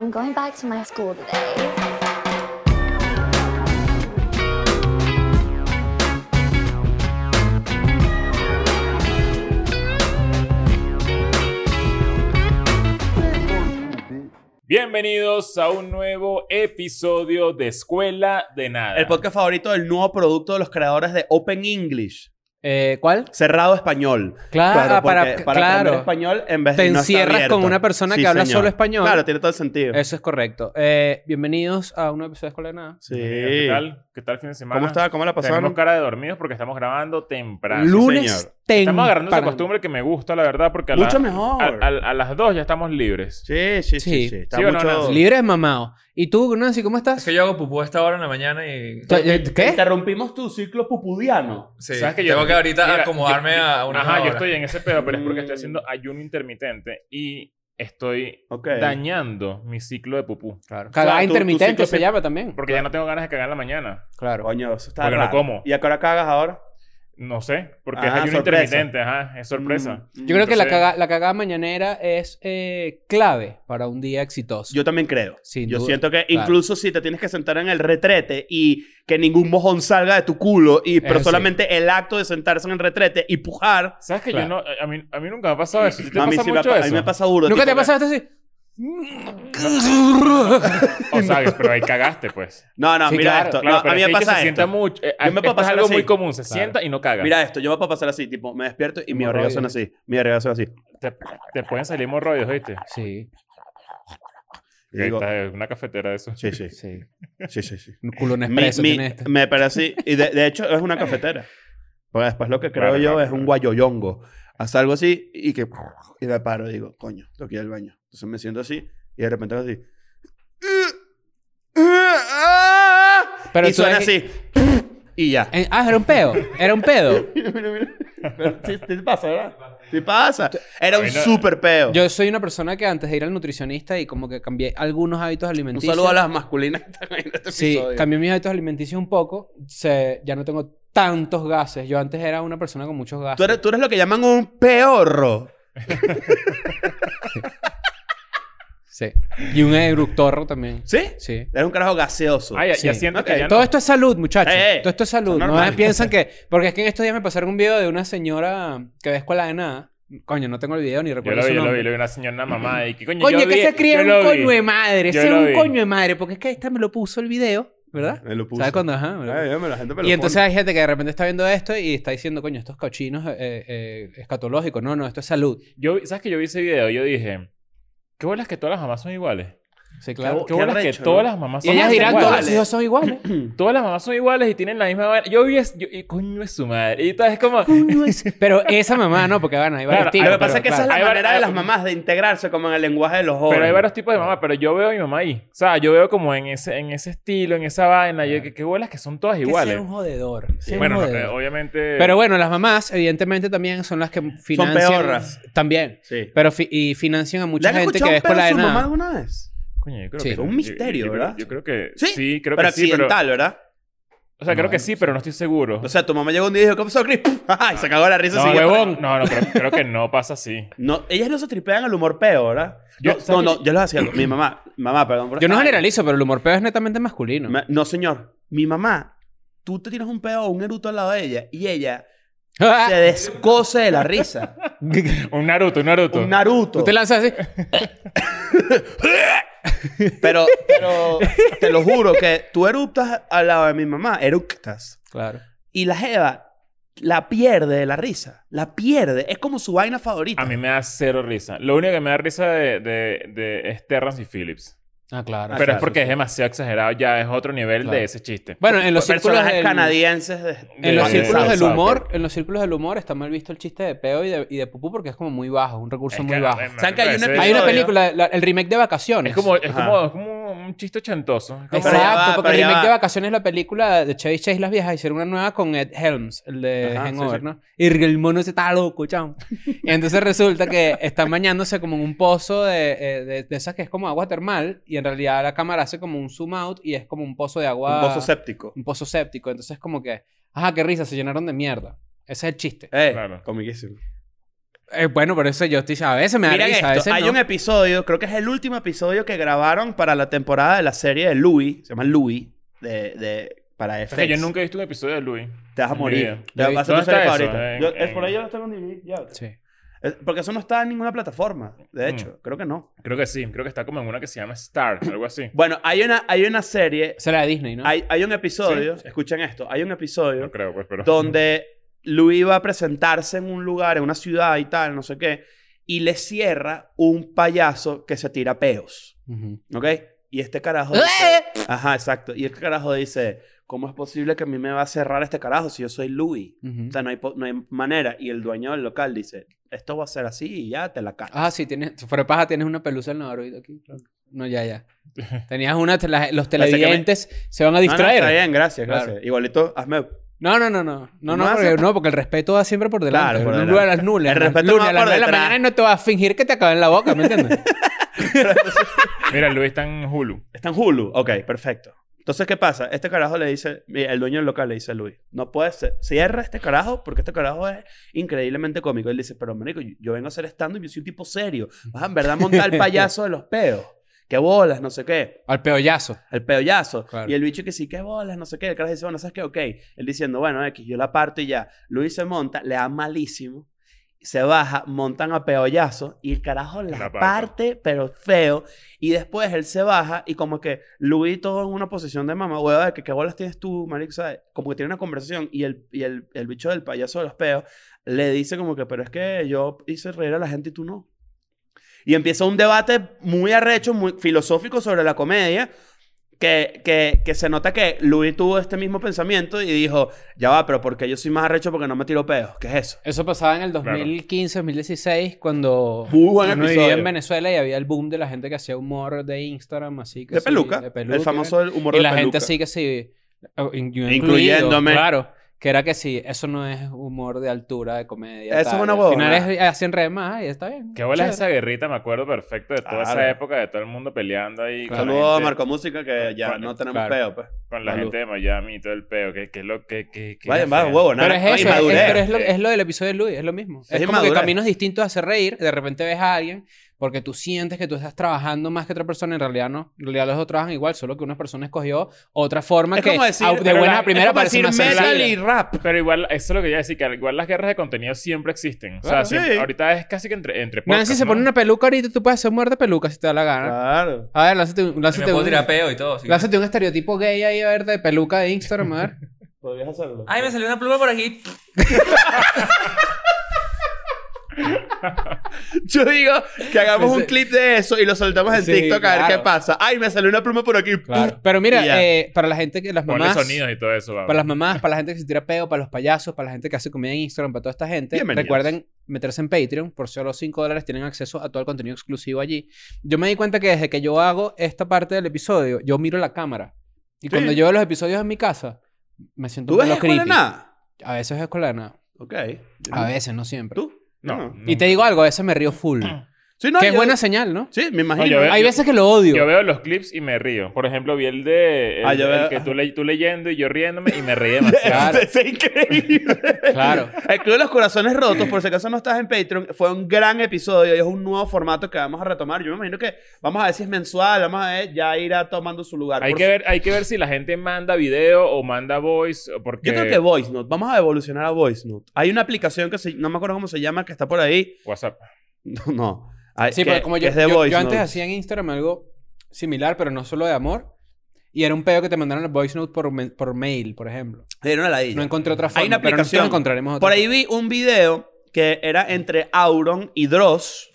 I'm going back to my school today. Bienvenidos a un nuevo episodio de Escuela de Nada. El podcast favorito del nuevo producto de los creadores de Open English. Eh, ¿Cuál? Cerrado español. Claro, ah, porque para, para claro. aprender español en vez de Te no está encierras abierto. con una persona que habla solo español. Claro, tiene todo el sentido. Eso es correcto. Eh, bienvenidos a un nuevo episodio de Escuela de Nada. Sí. ¿Qué tal? ¿Qué tal el fin de semana? ¿Cómo está? ¿Cómo la Tenemos pasaron? cara de dormidos porque estamos grabando temprano. Lunes señor. Estamos agarrando esa temprano. costumbre que me gusta, la verdad, porque a, la- Mucho mejor. a, a- a las dos ya estamos libres. Sí, sí, sí, sí, Sí. Está ¿Sí o no, mucho... Nancy? Libre de mamado. ¿Y tú, Nancy, cómo estás? Es que yo hago pupú a esta hora en la mañana y. Eh, ¿Qué? Interrumpimos tu ciclo pupudiano. Sí, ¿Sabes que yo- tengo que ahorita mira, acomodarme yo- a una. Ajá, hora. yo estoy en ese pedo, pero es porque estoy Mm. haciendo ayuno intermitente y estoy Ok. dañando mi ciclo de pupú. Claro. Cagada Claro, tú- tú intermitente ciclo se pi- llama también. Porque ya no tengo ganas de cagar en la mañana. Claro. Coño, eso está Porque no raro. como. ¿Y a qué hora cagas ahora? No sé, porque Ajá, es ayuno sorpresa. intermitente, ajá, es sorpresa. Mm, mm. Yo creo que la, Entonces- caga- la cagada mañanera es eh, clave para un día exitoso. Yo también creo. Sin Yo duda. siento que Claro. incluso si te tienes que sentar en el retrete y que ningún mojón salga de tu culo, y, pero Eso sí. solamente el acto de sentarse en el retrete y pujar. ¿Sabes que yo Claro. no, eh, a- a mí, a mí nunca me ha pasado eso? ¿Sí ¿Te Mm. a, mí pasa sí me ha mucho pa- a eso? mí me pasa duro. tipo ¿Nunca te ha que- pasado esto así? O sabes, pero ahí cagaste, pues. No, no, Sí, mira claro, esto. Claro, No, pero a mí es me que ella pasa se sienta esto. mucho. eh, Yo me puedo esto es pasar algo así. muy común. Se Claro. sienta y no caga. Mira esto, yo me puedo pasar así, tipo, me despierto y mis orgasmos son así. Mis orgasmos son así. Te, te pueden salir hemorroides, ¿viste? Sí, Y digo, Esta es una cafetera de eso. sí, sí, sí. sí, sí, sí. Un culo en Mi- expreso mi- tiene este. me parece así. Y de, de hecho, es una cafetera. Porque después lo que creo Claro, yo claro, es claro. un guayoyongo. Haz algo así y que. Y me paro y digo, coño, tengo que ir al baño. Entonces me siento así y de repente hago así. Pero y tú suena ves así. Y ya. Eh, Ah, era un pedo. Era un pedo. Mira, mira. Pero sí, sí te pasa, ¿verdad? Sí pasa. Era A un mí no- super peo. Yo soy una persona que antes de ir al nutricionista y como que cambié algunos hábitos Un alimenticios. saludo a las masculinas que están ahí en este Sí, episodio. cambié mis hábitos alimenticios un poco. Se- ya no tengo tantos gases. Yo antes era una persona con muchos gases. Tú eres, tú eres lo que llaman un peorro. Sí. Y un eructorro también. ¿Sí? Sí. Eres un carajo gaseoso. Ah, ya, ya Sí. siento Ok, que ya no- Todo esto es salud, muchachos. Ey, ey. Todo esto es salud. Está No normal. me piensan que... Porque es que en estos días me pasaron un video de una señora que ve escuela de nada. Coño, no tengo el video ni Yo recuerdo lo su vi, yo lo nombre. vi, lo vi una señora una mamá y que coño, Coño, yo que vi- se yo cría un lo vi. coño de madre. Yo Ese es lo un vi. coño de madre. Porque es que esta me lo puso el video, ¿verdad? Me lo puso. ¿Sabes cuándo? Ajá. me lo Ah, Ay, Dios mío, la gente me lo Y entonces pone. hay gente que de repente está viendo esto y está diciendo, coño, estos cochinos eh, eh, escatológicos. No, no, esto es salud. Yo vi- ¿Sabes que yo vi ese video? Yo dije, qué bolas que todas las mamás son iguales. Sí, claro. Qué Oh, Qué bolas que arrecho, todas ¿no? las mamás Y son ellas dirán, iguales. todos los hijos son iguales. Todas las mamás son iguales y tienen la misma vaina. Yo vi es, yo- y coño es su madre. Y tal, es como. pero esa mamá, no, porque bueno, hay varios Claro, tipos. Lo que pasa es que esa es la claro. Hay manera de varias- las mamás de integrarse como en el lenguaje de los jóvenes. Pero hay varios tipos de mamá, pero yo veo a mi mamá ahí. O sea, yo veo como en ese, en ese estilo, en esa vaina. Yo, que, qué bolas que son todas iguales. un jodedor. sea un bueno, no, jodedor. eh, obviamente. Pero bueno, las mamás, evidentemente, también son las que financian. peorras. También. Sí. Pero fi- y financian a ¿Le mucha han gente que escuchado ve un pedo escuela a de su mamá nada. alguna vez? Coño, yo creo Sí. que. Es un yo- misterio, yo creo- ¿verdad? Yo creo que. Sí, Sí, creo pero que sí. Pero, accidental, ¿verdad? o sea, creo No, que sí, pero no estoy seguro. O sea, tu mamá llegó un día y dijo, ¿qué pasó, Chris? y se cagó de la risa. no, siguió. huevón. No, no, creo, creo que no pasa así. No, ellas no se tripean al humor peo, ¿verdad? Yo- no, no, ¿sabes no, yo lo hacía. Mi mamá, mamá, perdón. por- Yo no Ay, generalizo, pero el humor peor es netamente masculino. ma- no, señor. Mi mamá, tú te tiras un pedo o un eruto al lado de ella y ella Ah, se descose de la risa. Un Naruto, un Naruto. un Naruto. Tú te lanzas así. Pero, pero te lo juro que tú eructas al lado de mi mamá, eructas. Claro. Y la Jeva la pierde de la risa. La pierde. Es como su vaina favorita. A mí me da cero risa. Lo único que me da risa de, de, de- es Terrence y Phillips. Ah, claro. Pero es claro, porque es demasiado exagerado. Ya es otro nivel Claro. de ese chiste. Bueno, en los círculos personajes del... canadienses de, En los de- círculos de- del South humor, Park. en los círculos del humor está mal visto el chiste de peo y de, y de pupú porque es como muy bajo, un recurso Es muy que, bajo. eh, me ¿Saben que hay una parece- Hay una episodio- película, la- el remake de Vacaciones. Es como, es Ajá. como, es como un chiste ochentoso. Es como- Pero ya Exacto, va, porque el pero ya remake va. de Vacaciones la película de Chevy Chase las viejas hicieron una nueva con Ed Helms, el de Ajá, sí, Hangover, sí. ¿no? Y el mono se está loco, chamo. y entonces resulta que están bañándose como en un pozo de, eh, de- de esas que es como agua termal y en realidad la cámara hace como un zoom out y es como un pozo de agua... un pozo séptico. un pozo séptico. Entonces como que, ajá, qué risa, se llenaron de mierda. Ese es el chiste. Eh, Claro. comiquísimo. Eh, bueno, por eso yo estoy... A veces me da Miren risa, a esto. veces Hay no. un episodio, creo que es el último episodio que grabaron para la temporada de la serie de Louis. Se llama Louis. De, de, para Es FX. que yo nunca he visto un episodio de Louis. Te vas a en mi vida. morir. Te vas a hacer tu ¿Dónde está serie eso? favorita. En- Yo- es en- por ahí yo lo tengo en DVD. llévatelo. Sí. Es- Eh, Porque eso no está en ninguna plataforma. De hecho, creo que no. Creo que sí. Creo que está como en una que se llama Star, algo así. Bueno, hay una, hay una serie. Esa era de Disney, ¿no? Hay, hay un episodio. Sí, sí. Escuchen esto. Hay un episodio. No creo, pues, pero... donde Louis va a presentarse en un lugar, en una ciudad y tal, no sé qué, y le cierra un payaso que se tira peos, Ujú. ¿ok? Y este carajo dice, ajá, exacto, y este carajo dice, ¿cómo es posible que a mí me va a cerrar este carajo si yo soy Louis? Ujú. O sea, no hay, po- no hay manera. Y el dueño del local dice, esto va a ser así y ya te la cago. Ah, sí, tienes... si Fuera paja, tienes una pelusa en la oído aquí. No, ya, ya. Tenías una... te- la- los que me- televidentes se van a No, no, distraer. está bien, gracias, Claro. gracias. Igualito, hazme... No, no, no, no. No, no, No porque, hace- no, porque el respeto va siempre por delante. Claro, por No, delante. A las El nulas. a las respeto nulas, va a las por nueve de la detrás. mañana no te vas a fingir que te acaba en la boca, ¿me entiendes? Mira, Louis está en Hulu. Está en Hulu. Ok, perfecto. Entonces, ¿qué pasa? Este carajo le dice, mira, el dueño del local le dice a Luis, no puede ser, cierra este carajo porque este carajo es increíblemente cómico. Él dice, pero marico, yo, yo vengo a hacer stand-up y yo soy un tipo serio. Vas a en verdad montar el payaso de los peos. Qué bolas, no sé qué. Al peollazo. El peollazo. Claro. Y el bicho que sí, qué bolas, no sé qué. El carajo dice, bueno, ¿sabes qué? Ok. Él diciendo, bueno, X, yo la parto y ya. Luis se monta, le da malísimo. Se baja, montan a peollazo y el carajo la, La parta. parte, pero feo. Y después él se baja y como que Luis todo en una posición de mamá hueva de que qué bolas tienes tú, marico, ¿sabes? Como que tiene una conversación y el, y el, el bicho del payaso de los peos le dice como que, pero es que yo hice reír a la gente y tú no. Y empieza un debate muy arrecho, muy filosófico sobre la comedia, que, que, que se nota que Luis tuvo este mismo pensamiento y dijo, ya va, pero porque yo soy más arrecho porque no me tiro peos, ¿qué es eso? Eso pasaba en el 2015, 2016, cuando Muy buen uno episodio. vivía en Venezuela y había el boom de la gente que hacía humor de Instagram, así que De sí, peluca, de peluca. el famoso el humor y de la peluca. gente así que sí, o in- yo Incluyéndome. incluido, Claro, que era que sí, eso no es humor de altura, de comedia. Eso es tal. una Al final huevona. es, hacen redes más y está bien. Qué bola es esa Chévere. guerrita, me acuerdo perfecto de toda Claro. esa época, de todo el mundo peleando ahí. Un con la Saludo a gente- Marco Música que ya Claro, no tenemos peo, claro. pues. Con la Salud. gente de Miami y todo el peo. Que, que es lo que... que, que Vayan, que- vayan, huevo, Pero es nada, eso, es, inmadurez. pero es lo, es lo del episodio de Luis, es lo mismo. Es Es, como inmadurez. que caminos distintos a hacer reír, de repente ves a alguien porque tú sientes que tú estás trabajando más que otra persona, en realidad no, en realidad los dos trabajan igual, solo que una persona escogió otra forma Es que como decir- au- de pero buenas la- a primeras es como parece decir más metal sencilla. y rap. Pero igual, eso es lo que quería decir, que al igual las guerras de contenido siempre existen. o sea, Claro. siempre- Sí. ahorita es casi que entre, entre Nancy se pone una peluca ahorita, tú puedes hacer muerte peluca si te da la gana. Claro. A ver, lánzate un, Me lánzate puedo un, tirar peo y todo. así que- lánzate un estereotipo gay ahí, a ver, de peluca de Instagram, a ver. Podrías hacerlo. Ay, me salió una pluma por aquí. Yo digo que hagamos Ese- un clip de eso y lo soltamos en Sí, TikTok a ver claro. qué pasa. Ay, me salió una pluma por aquí. Claro. Pero mira, Y ya. eh, para la gente que las Ponle mamás... sonidos y todo eso, vamos. Para las mamás, para la gente que se tira peo, para los payasos, para la gente que hace comedia en Instagram, para toda esta gente. Bienvenidos. Recuerden meterse en Patreon. Por solo 5 dólares tienen acceso a todo el contenido exclusivo allí. Yo me di cuenta que desde que yo hago esta parte del episodio, yo miro la cámara. Y cuando yo veo los episodios en mi casa, me siento ¿Tú un ves poco escuela creepy. de nada? A veces es escuela de nada. Ok. A veces, no siempre. ¿Tú? No. Y te digo algo, a veces me río full. Sí, no, que es yo- buena señal, ¿no? Sí, me imagino. No, yo veo- Hay veces que lo odio. Yo veo los clips y me río. Por ejemplo, vi el de... El, Ah, yo el veo- que tú, le- tú leyendo y yo riéndome y me reí demasiado. Claro. Este Es increíble. Claro. El Club de los Corazones Rotos, por si acaso no estás en Patreon, fue un gran episodio y es un nuevo formato que vamos a retomar. Yo me imagino que vamos a ver si es mensual, vamos a ver, ya irá tomando su lugar. Hay Por que, su- ver, hay que ver si la gente manda video o manda voice, o porque... Yo creo que Voice Note. Vamos a evolucionar a Voice Note. Hay una aplicación que se- no me acuerdo cómo se llama, que está por ahí. WhatsApp. No, no. Hay- Sí, Eh, que- pero como que yo, es de yo- Voice yo antes Note. hacía en Instagram algo similar, pero no solo de amor. Y era un pedo que te mandaron el voice note por, me- por mail, por ejemplo. Era una ladilla. No encontré otra forma. Hay una pero nosotros aplicación. encontraremos otra Por ahí vi un video que era entre Auron y Dross,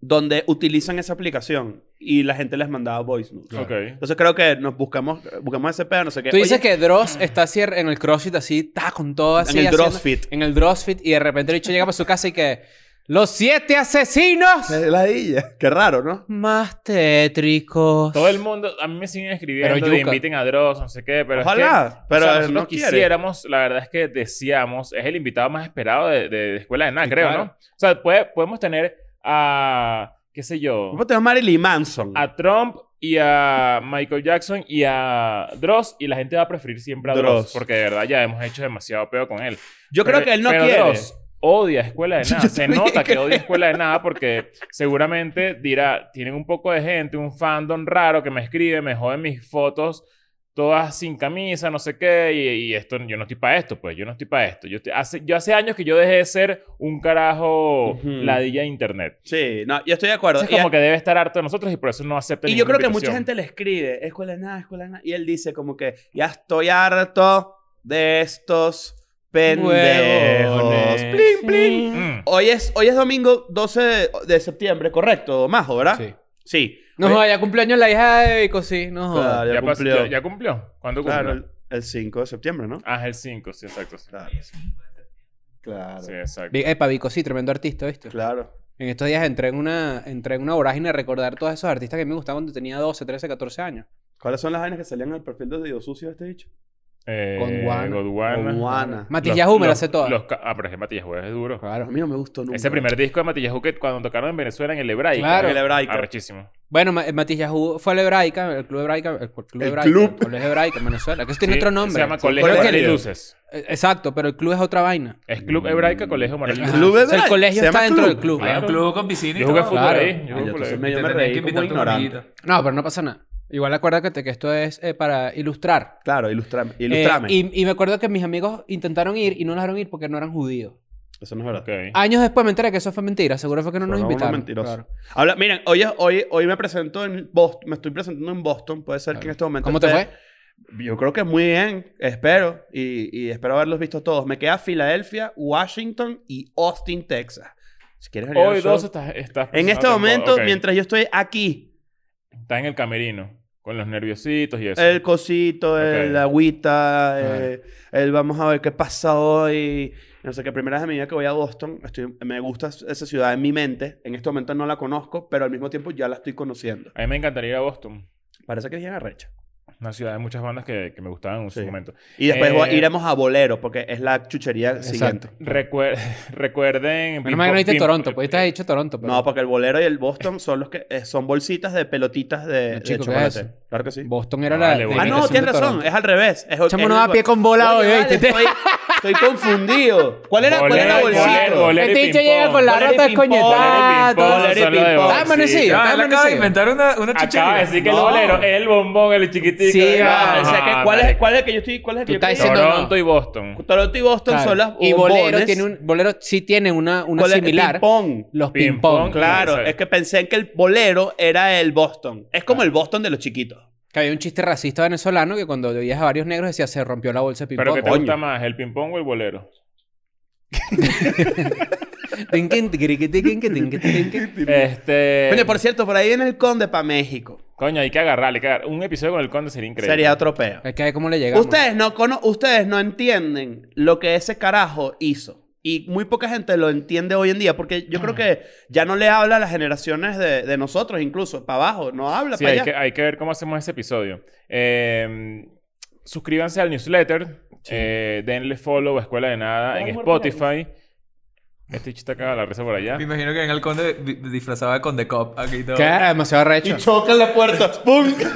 donde utilizan esa aplicación y la gente les mandaba voice notes. Ok. Entonces creo que nos buscamos, buscamos ese pedo, no sé qué. Tú Oye, dices que Dross está así en el CrossFit, así, está con todo así. En el haciendo- Drossfit. En el Drossfit. Y de repente el bicho llega para su casa y que... ¡Los siete asesinos Eh, ladilla. Qué raro, ¿no? más tétricos! Todo el mundo, a mí me siguen escribiendo Pero de yuca. inviten a Dross, no sé qué, pero es Ojalá, que- pero o sea, él nosotros no quiere. quisiéramos, la verdad es que deseamos, es el invitado más esperado de, de- de Escuela de Nada, Sí, creo, claro. ¿no? O sea, puede- podemos tener a, qué sé yo, ¿Cómo te llamas Marilyn Manson? a Trump y a Michael Jackson y a Dross y la gente va a preferir siempre a Dross, Dross. porque de verdad ya hemos hecho demasiado peor con él. Yo creo que él no pero quiere. Dross, odia Escuela de Yo Nada. Se también nota que creo. odia Escuela de Nada porque seguramente dirá, tienen un poco de gente, un fandom raro que me escribe, me jode mis fotos todas sin camisa, no sé qué, y, y esto, yo no estoy para esto, pues, yo no estoy para esto. Yo, estoy- hace, yo hace años que yo dejé de ser un carajo Ujú. ladilla de internet. Sí, no, yo estoy de acuerdo. Entonces, Y- como que debe estar harto de nosotros y por eso no acepta Y yo ninguna creo que mucha invitación. gente le escribe, escuela de nada, escuela de nada. Y él dice como que, ya estoy harto de estos pendejos. Huevones. Plin, plin. Mm. Hoy es, hoy es domingo 12 de, de septiembre, correcto, Majo, ¿verdad? Sí. ¿Ah? Sí. No Hoy- joda, ya cumpleaños la hija de Vico, sí. No joda. Claro, ya, Ya, pas- cumplió. ya- ya cumplió. ¿Cuándo cumplió? claro, el, el 5 de septiembre, ¿no? Ah, es el 5, sí, exacto. sí. Claro. Claro. Ah, Sí, exacto. Vi- Epa, Vico, sí, tremendo artista, ¿viste? Claro. En estos días entré en una, entré en una vorágine a recordar todos esos artistas que me gustaban cuando tenía 12, 13, 14 años. ¿Cuáles son las vainas que salían en el perfil de Dios Sucio de este dicho? Eh, Gondwana. Gondwana. Moana. Matías Los- Yahoo me la los- sé toda. los ca- ah, pero es que Matías Yahoo es duro. A Claro. mí no me gustó nunca. Ese primer disco de Matías Yahoo que cuando tocaron en Venezuela en el Hebraica. Claro. El Hebraica. Arrechísimo. Bueno, Ma- Matías Yahoo fue a la hebraica, el club hebraica, el cu- club El hebraica, club. el colegio hebraica en Venezuela, que eso tiene Sí, otro nombre. Se llama Sí, Colegio creo que de el- Luces. eh, Exacto, pero el club es otra vaina. Es Club Hebraica, Colegio Morales. El Mm. club O sea, hebraica, el colegio se está llama dentro club. del club. Claro. Hay un club con piscina y Yo jugué todo. fútbol Claro. ahí. Yo Ah, yo jugué fútbol entonces ahí. me- yo Te me tenías reí que como invitar a tu ignorante. amiguito. No, pero no pasa nada. Igual acuérdate que esto es eh, para ilustrar. Claro, ilustrame. Eh, ilustrame. y, y me acuerdo que mis amigos intentaron ir y no nos dejaron ir porque no eran judíos. Eso no es verdad. Ok. Años después me enteré que eso fue mentira. Seguro fue que no nos Fueron unos invitaron. mentirosos. Claro. Habla, miren, hoy, es- hoy, hoy me presento en Boston, me estoy presentando en Boston, puede ser que en este momento... ¿Cómo te esté- fue? Yo creo que muy bien, espero, y, y espero haberlos visto todos. Me queda Filadelfia, Washington y Austin, Texas. Si quieres venir al Hoy show- dos estás... estás En este presentando momento, temporada. Ok. mientras yo estoy aquí, Estás en el camerino. Con los nerviositos y eso. el cosito, el Ok. agüita, Ah. eh, el vamos a ver qué pasa hoy. No sé qué, primera vez en mi vida que voy a Boston, estoy, me gusta esa ciudad en mi mente. En este momento no la conozco, pero al mismo tiempo ya la estoy conociendo. A mí me encantaría ir a Boston. Parece que es bien arrecha. Una ciudad de muchas bandas que, que me gustaban en su Sí. momento. Y después Eh, vo- iremos a Bolero, porque es la chuchería siguiente. Recuer- recuerden... Menos mal que no Pimpo- dijiste Pimpo- Toronto, porque te has dicho Toronto. pues. Pero... No, porque el Bolero y el Boston son los que eh, son bolsitas de pelotitas de, No, de chico, ¿qué chocolate. es eso? Claro que sí. Boston era Ah, la. vale, bueno. ah, no, delegación tienes de razón, Toronto. es al revés. Es, Chamo, es no el da bo- pie con bola Coño, hoy, vale, ¿oíste? estoy, estoy confundido. ¿Cuál era, cuál era Bolero, bolsito? bolero, bolero y Este bicho ping-pong. llega con la Bolero y rata ping-pong, escoñetada. bolero y todo. ping-pong. Bolero y Solo de ping-pong. Ah, amanecido. Ah, Ya, él acaba de amanecido. inventar una, una chuchería. Acaba de decir que No. el bolero es el bombón, el chiquitico. Sí, el- va, Ah, o sea, Ajá, que ¿cuál, es, marico. ¿Cuál es el que yo estoy? ¿Cuál es el que Tú estás yo estoy? diciendo- Toronto no. y Boston. Toronto y Boston Claro. son las Y bolero, bombones. tiene un, bolero sí tiene una, una ¿Cuál es el similar. ping-pong? Los Ping-pong, ping-pong. Claro, Exacto. es que pensé en que el bolero era el Boston. Es como el Boston de los chiquitos. Que había un chiste racista venezolano que cuando veías a varios negros decía se rompió la bolsa de Pero ping-pong. que te Coño. gusta más, el ping-pong o el bolero. Tinkin, tiquiriqui, tiquin, que tinkin, tiquin. Este. Oye, por cierto, por ahí viene el conde para México. Coño, hay que agarrarle. hay que agarrar- Un episodio con el conde sería increíble. Sería otro peo. Es que a ver cómo le llegamos. Ustedes no, cono- ustedes no entienden lo que ese carajo hizo. Y muy poca gente lo entiende hoy en día. Porque yo creo que ya no le habla a las generaciones de, de nosotros, incluso. Para abajo, no habla Sí, para hay allá. que, hay que ver cómo hacemos ese episodio. Eh, suscríbanse al newsletter. eh, denle follow a Escuela de Nada en Spotify. Este chiste acaba de la risa por allá. Me imagino que en el conde di- disfrazado de conde cop. Aquí todo. Que era demasiado recho. choca en la puerta. ¡Pum! No,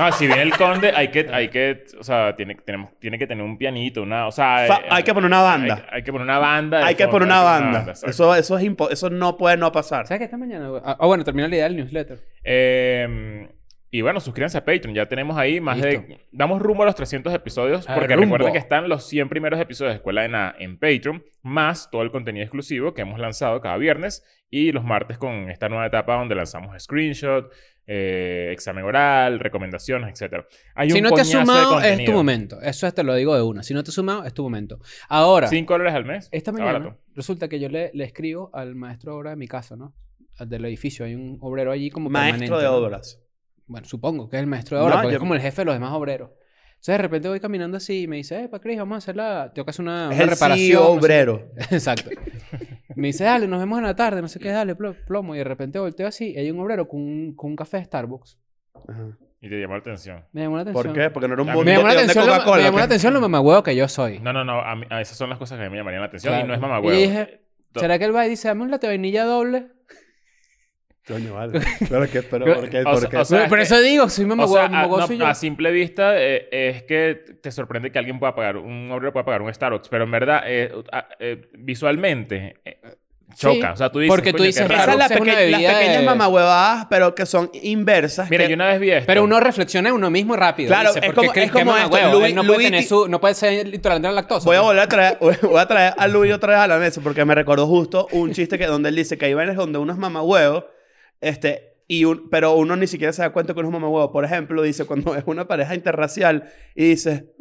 Ah, si viene el conde, hay que, hay que, o sea, tiene, tenemos, tiene que tener un pianito, una, o sea, Fa- eh, hay que poner una banda. Hay, hay que poner una banda. de Hay que fondo, poner una hay que banda. exacto. eso, eso, es impo- eso no puede no pasar. ¿Sabes qué esta mañana? güey? Ah, ah, bueno, termina la idea del newsletter. Eh, y bueno, suscríbanse a Patreon. Ya tenemos ahí más de... Listo. Damos rumbo a los 300 episodios. Ah, Porque rumbo. recuerden que están los 100 primeros episodios de Escuela de Nada en Patreon. Más todo el contenido exclusivo que hemos lanzado cada viernes. Y los martes con esta nueva etapa donde lanzamos screenshot, eh, examen oral, recomendaciones, etc. Hay Si un no te has coñazo de sumado, es tu contenido. momento. Eso te lo digo de una. Si no te has sumado, es tu momento. Ahora, 5 dólares al mes. esta Está mañana, barato. resulta que yo le, le escribo al maestro de obra de mi casa, ¿no? Al del edificio. Hay un obrero allí como permanente, Maestro de ¿no? obras. Bueno, supongo que es el maestro de obra, No, porque yo- es como el jefe de los demás obreros. Entonces, de repente voy caminando así y me dice, eh, pa' Cris, vamos a hacer la... Tengo que hacer una, Es una el reparación. CEO no sé obrero. Exacto. Me dice, dale, nos vemos en la tarde, no sé qué, dale, plo- plomo. Y de repente volteo así y hay un obrero con un, con un café de Starbucks. Ajá. Y te llamó la atención. Me llamó la atención. ¿Por qué? Porque no era un A mí Me mundo llamó la de atención, lo, me Coca-Cola. pues. llamó la ¿ok? atención lo mamagüeo que yo soy. No, no, no. A mí- a esas son las cosas que a mí me llamarían la atención. Claro. Y no es Y yo mamagüevo. dije, ¿será que él va y dice, dame un latte vainilla doble? Coño, vale. Pero que, pero, ¿por qué? O sea- ¿Por qué? o sea, Pero- por es que- eso digo, O sea, soy mamagoso a, no, yo. a simple vista eh, es que te sorprende que alguien pueda pagar, un obrero pueda pagar un Starbucks, pero en verdad, eh, a- eh, visualmente, eh, choca. Sí, o sea, tú dices. porque tú "Coño, qué dices, raro". Esas son las, Starbucks es una peque- las bebida pequeñas de- mamahuevadas, pero que son inversas. Mira, que- yo una vez vi esto. Pero uno reflexiona en uno mismo rápido. Claro, dice, es ¿por como- qué es como mamá esto, huevo? Louis- Él no puede, Louis tener ti- su, no puede ser intolerante a la lactosa. Voy a pues. volver a traer, voy a traer a Luis otra vez a la mesa porque me recordó justo un chiste que donde él dice que hay vainas donde uno es mamahuevo, este, y un, pero uno ni siquiera se da cuenta que uno es mamahuevo. Por ejemplo, dice cuando es una pareja interracial y dice,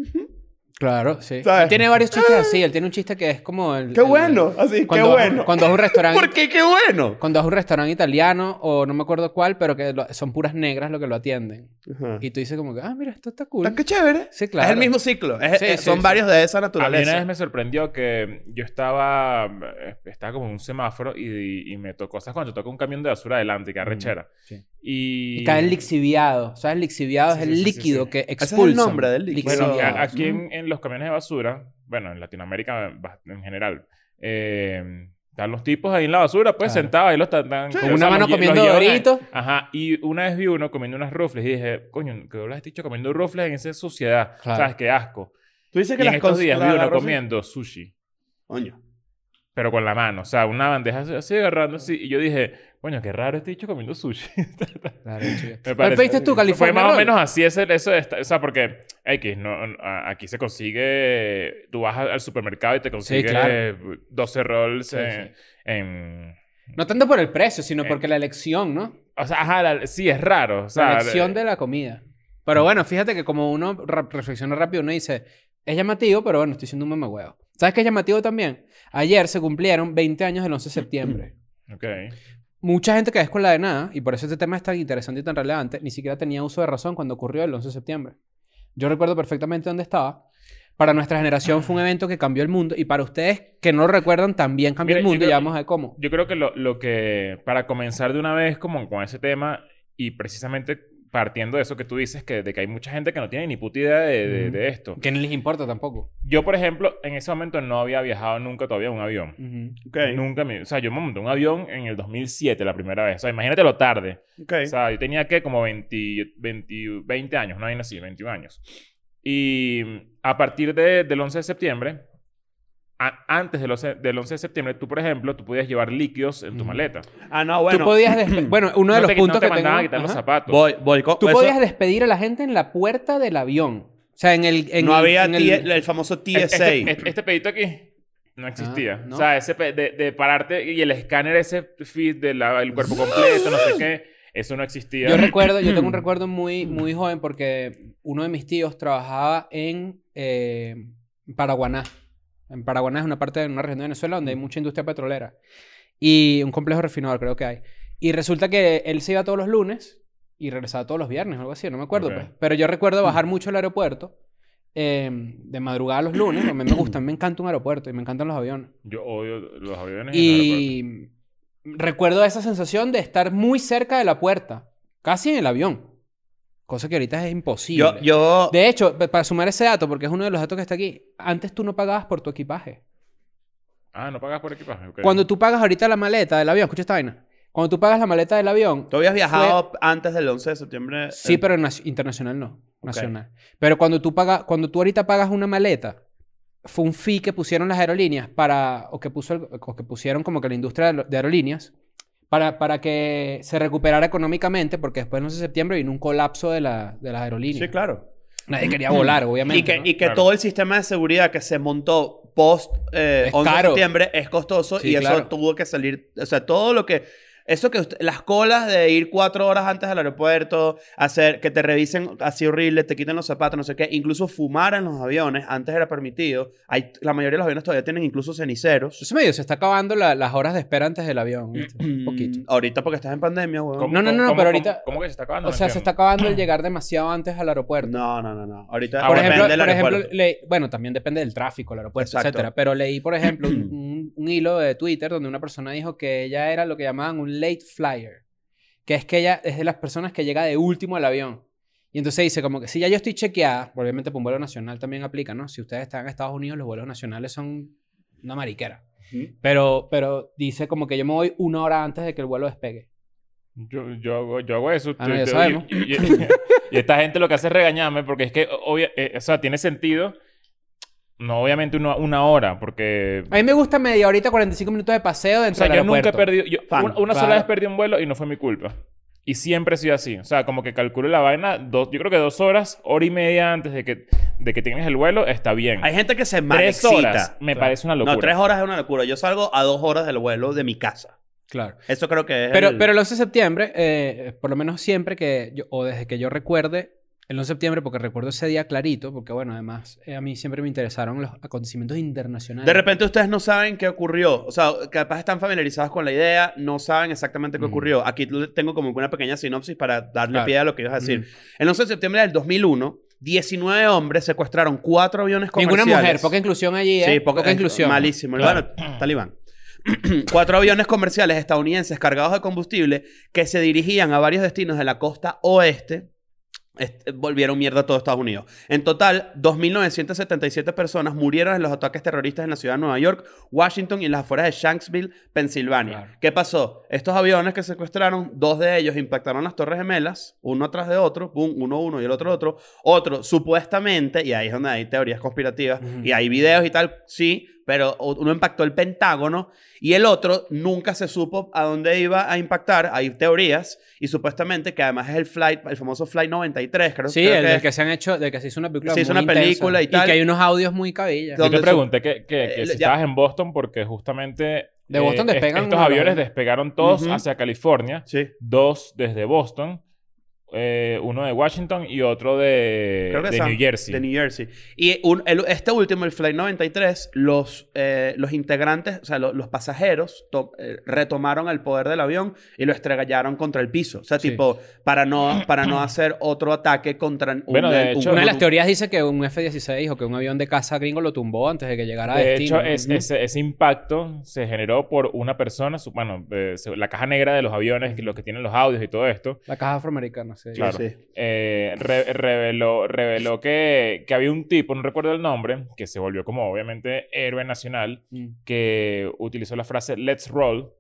Claro, sí. ¿Sabes? Ah. Él Tiene varios chistes así. Él tiene un chiste que es como el... ¡qué el- bueno! Así, Cuando, ¡qué bueno! Cuando es un restaurante... ¿Por qué qué bueno? Cuando es un restaurante italiano o no me acuerdo cuál, pero que lo- son puras negras lo que lo atienden. Ajá. Y tú dices como que, ah, mira, esto está cool. Ah, ¡Qué chévere! Sí, claro. Es el mismo ciclo. es- Sí, eh, sí, son sí. varios de esa A mí una vez naturaleza. me sorprendió que yo estaba, eh, estaba como en un semáforo y, y me tocó, ¿sabes? Cuando te toca un camión de basura adelante, que arrechera. sí. Y... Y cae el lixiviado. ¿Sabes? El lixiviado Sí, es sí, el sí, sí, líquido sí. que Ese es expulsa. el nombre del líquido. Bueno, Sí. a- aquí en, en los camiones de basura, bueno, en Latinoamérica ba- en general, eh, están los tipos ahí en la basura, pues Claro. sentados, ahí los están... están- Sí. o Con sea, una los mano lle- los comiendo llevan ahí. doritos. Ajá, y una vez vi uno comiendo unas rufles y dije, coño, ¿qué hablas este dicho comiendo rufles en esa suciedad? Claro. ¿Sabes qué asco? Tú dices Y en estos cons- días vi la- la uno rosa- comiendo sushi. Coño. pero con la mano, o sea, una bandeja así, así agarrando así. Y yo dije, coño, qué raro este bicho comiendo sushi. Claro, chico. Me ¿Cuál parece. pediste tú, Fue California? más o Roll? menos así ese, eso de esta- o sea, porque X, no, a- aquí se consigue, tú vas a- al supermercado y te consigues claro. eh, 12 rolls Sí, en, en- No tanto por el precio, sino Eh. porque la elección, ¿no? O sea, ajá, la- sí, es raro. O sea, la elección de la comida. Pero bueno, fíjate que como uno ra- reflexiona rápido, uno dice, es llamativo, pero bueno, estoy siendo un mamagüeo. ¿Sabes qué es llamativo también? Ayer se cumplieron 20 años del 11 de septiembre. Ok. Mucha gente que es con la de nada, y por eso este tema es tan interesante y tan relevante, ni siquiera tenía uso de razón cuando ocurrió el 11 de septiembre. Yo recuerdo perfectamente dónde estaba. Para nuestra generación fue un evento que cambió el mundo, y para ustedes que no lo recuerdan, también cambió Mira, el yo mundo, y creo- ya vamos a ver cómo. Yo creo que lo, lo que, para comenzar de una vez como con ese tema y precisamente partiendo de eso que tú dices, que, de que hay mucha gente que no tiene ni puta idea de, de- Ujú. de esto. Que no les importa tampoco. Yo, por ejemplo, en ese momento no había viajado nunca todavía en un avión. Ujú. Ok. Nunca me... O sea, yo me monté en un avión en el 2007 la primera vez. O sea, imagínate lo tarde. ok. O sea, yo tenía que como 20, 20, 20 años, no hay así, 21 años. Y a partir de- del 11 de septiembre, a- antes del 11, del 11 de septiembre, tú, por ejemplo, tú podías llevar líquidos en tu Ujú. maleta. Ah, no, bueno. Tú podías despe- bueno, uno de No los te- puntos no te que mandaban a tengo- quitar los Ajá. zapatos. Voy, voy. co- Tú eso- podías despedir a la gente en la puerta del avión. O sea, en el... en no el- había en T- el- el, famoso TSA. Este, este- este pedito aquí no existía. Ah, ¿no? O sea, ese pe- de, de pararte y el escáner ese feed del cuerpo completo, no sé qué, eso no existía. Yo recuerdo, yo tengo un recuerdo muy, muy joven porque uno de mis tíos trabajaba en eh, Paraguaná. En Paraguaná es una parte de una región de Venezuela donde hay mucha industria petrolera y un complejo refinador creo que hay. Y resulta que él se iba todos los lunes y regresaba todos los viernes o algo así, no me acuerdo. Ok. pues. Pero yo recuerdo bajar mucho al aeropuerto eh, de madrugada los lunes. A mí me gusta, a mí me encanta un aeropuerto y me encantan los aviones. Yo odio los aviones. Y... Y recuerdo esa sensación de estar muy cerca de la puerta, casi en el avión. Cosa que ahorita es imposible. Yo, yo, De hecho, pa- para sumar ese dato, porque es uno de los datos que está aquí, antes tú no pagabas por tu equipaje. Ah, no pagas por equipaje. ok. Cuando tú pagas ahorita la maleta del avión, escucha esta vaina. Cuando tú pagas la maleta del avión, tú habías viajado antes del 11 de septiembre. sí, eh, pero naci- internacional no, nacional. Pero cuando tú pagas, cuando tú ahorita pagas una maleta, fue un fee que pusieron las aerolíneas para o que puso el- o que pusieron como que la industria de lo- de aerolíneas para, para que se recuperara económicamente, porque después del 11 de septiembre vino un colapso de, la, de las aerolíneas. Sí, claro. Nadie quería volar, obviamente. Y que, ¿no? y que Claro. todo el sistema de seguridad que se montó post eh, Es 11 de caro. septiembre es costoso Sí, y eso claro. tuvo que salir. O sea, todo lo que. Eso que usted- las colas de ir cuatro horas antes al aeropuerto, hacer que te revisen así horrible, te quiten los zapatos, no sé qué, incluso fumar en los aviones, antes era permitido. Hay, la mayoría de los aviones todavía tienen incluso ceniceros. Eso medio se está acabando la- las horas de espera antes del avión. ¿viste? Un poquito. Mm, Ahorita porque estás en pandemia, weón. ¿Cómo- No, no, no, cómo- no, pero cómo- ahorita- ¿Cómo que se está Ah, acabando? O No sea, se entiendo. está acabando el llegar demasiado antes al aeropuerto. No, no, no, no. Ahorita Ah, por bueno, depende ejemplo, del por ejemplo aeropuerto. le- bueno, también depende del tráfico, el aeropuerto, Exacto. etcétera. Pero leí, por ejemplo, un, un- un hilo de Twitter donde una persona dijo que ella era lo que llamaban un late flyer, que es que ella es de las personas que llega de último al avión. Y entonces dice como que si ya yo estoy chequeada, obviamente por un vuelo nacional también aplica, ¿no? Si ustedes están en Estados Unidos, los vuelos nacionales son una mariquera. Ujú. Pero, pero dice como que yo me voy una hora antes de que el vuelo despegue. Yo, yo, hago, yo hago eso. Ah, Te- no, ya te- sabemos. Y, y- y esta gente lo que hace es regañarme porque es que, obvia- eh, o sea, tiene sentido. No, obviamente, una, una hora, porque. A mí me gusta media horita, 45 minutos de paseo o dentro sea, del yo nunca he aeropuerto. perdido. yo- Fan. una una sola Claro. vez perdí un vuelo y no fue mi culpa. Y siempre he sido así. O sea, como que calculo la vaina, dos, yo creo que dos horas, hora y media antes de que, de que tengas el vuelo, está bien. Hay gente que se tres malexcita. horas me parece una locura. No, tres horas es una locura. Yo salgo a dos horas del vuelo de mi casa. Claro. Eso creo que es. Pero, el- pero el 11 de septiembre, eh, por lo menos siempre que yo, o desde que yo recuerde, el 11 de septiembre, porque recuerdo ese día clarito, porque bueno, además eh, a mí siempre me interesaron los acontecimientos internacionales. De repente ustedes no saben qué ocurrió. O sea, capaz están familiarizados con la idea, no saben exactamente qué Ujú. ocurrió. Aquí le tengo como que una pequeña sinopsis para darle Claro. pie a lo que ibas a decir. Mm. El 11 de septiembre del 2001, 19 hombres secuestraron cuatro aviones Ninguna comerciales. mujer, poca inclusión allí, ¿eh? Sí, poca, es inclusión. Malísimo. Claro. Bueno, talibán. Cuatro aviones comerciales estadounidenses cargados de combustible que se dirigían a varios destinos de la costa oeste este, volvieron mierda a todo Estados Unidos. En total, 2.977 personas murieron en los ataques terroristas en la ciudad de Nueva York, Washington y en las afueras de Shanksville, Pensilvania. Claro. ¿Qué pasó? Estos aviones que secuestraron, dos de ellos impactaron las Torres Gemelas, uno tras de otro, boom, uno uno y el otro otro. Otro, supuestamente, y ahí es donde hay teorías conspirativas Ujú. y hay videos y tal, sí, pero o- uno impactó el Pentágono y el otro nunca se supo a dónde iba a impactar. Hay teorías y supuestamente que además es el flight, el famoso flight 93, creo, Sí, creo el que del es. que se han hecho, del que se hizo una película. Se hizo muy una película y Y tal. que hay unos audios muy Lo- cabilla. Yo te donde su- pregunté que, que- que Eh, si ya. estabas en Boston porque justamente... eh, De Boston es- despegan Estos unos a los aviones otros. despegaron todos Ujú. hacia California. Sí. Dos desde Boston. eh, uno de Washington y otro de, Creo que de San- New Jersey. De New Jersey. Y un- el- este último, el Flight 93, los, eh, los integrantes, o sea, lo- los pasajeros to- eh, retomaron el poder del avión y lo estrellaron contra el piso. O sea, Sí. tipo, para no, para no hacer otro ataque contra un... Bueno, de un- hecho- Una de las un- teorías dice que un F-16 o que un avión de caza gringo lo tumbó antes de que llegara a de destino. hecho, es- Ah, Ujú. ese, ese impacto se generó por una persona, su- bueno, eh, se- la caja negra de los aviones, que los que tienen los audios y todo esto, La caja afroamericana, sí. Sí, claro. sí. eh, re- reveló, reveló que, que había un tipo, no recuerdo el nombre, que se volvió como obviamente héroe nacional, Mm. que utilizó la frase let's roll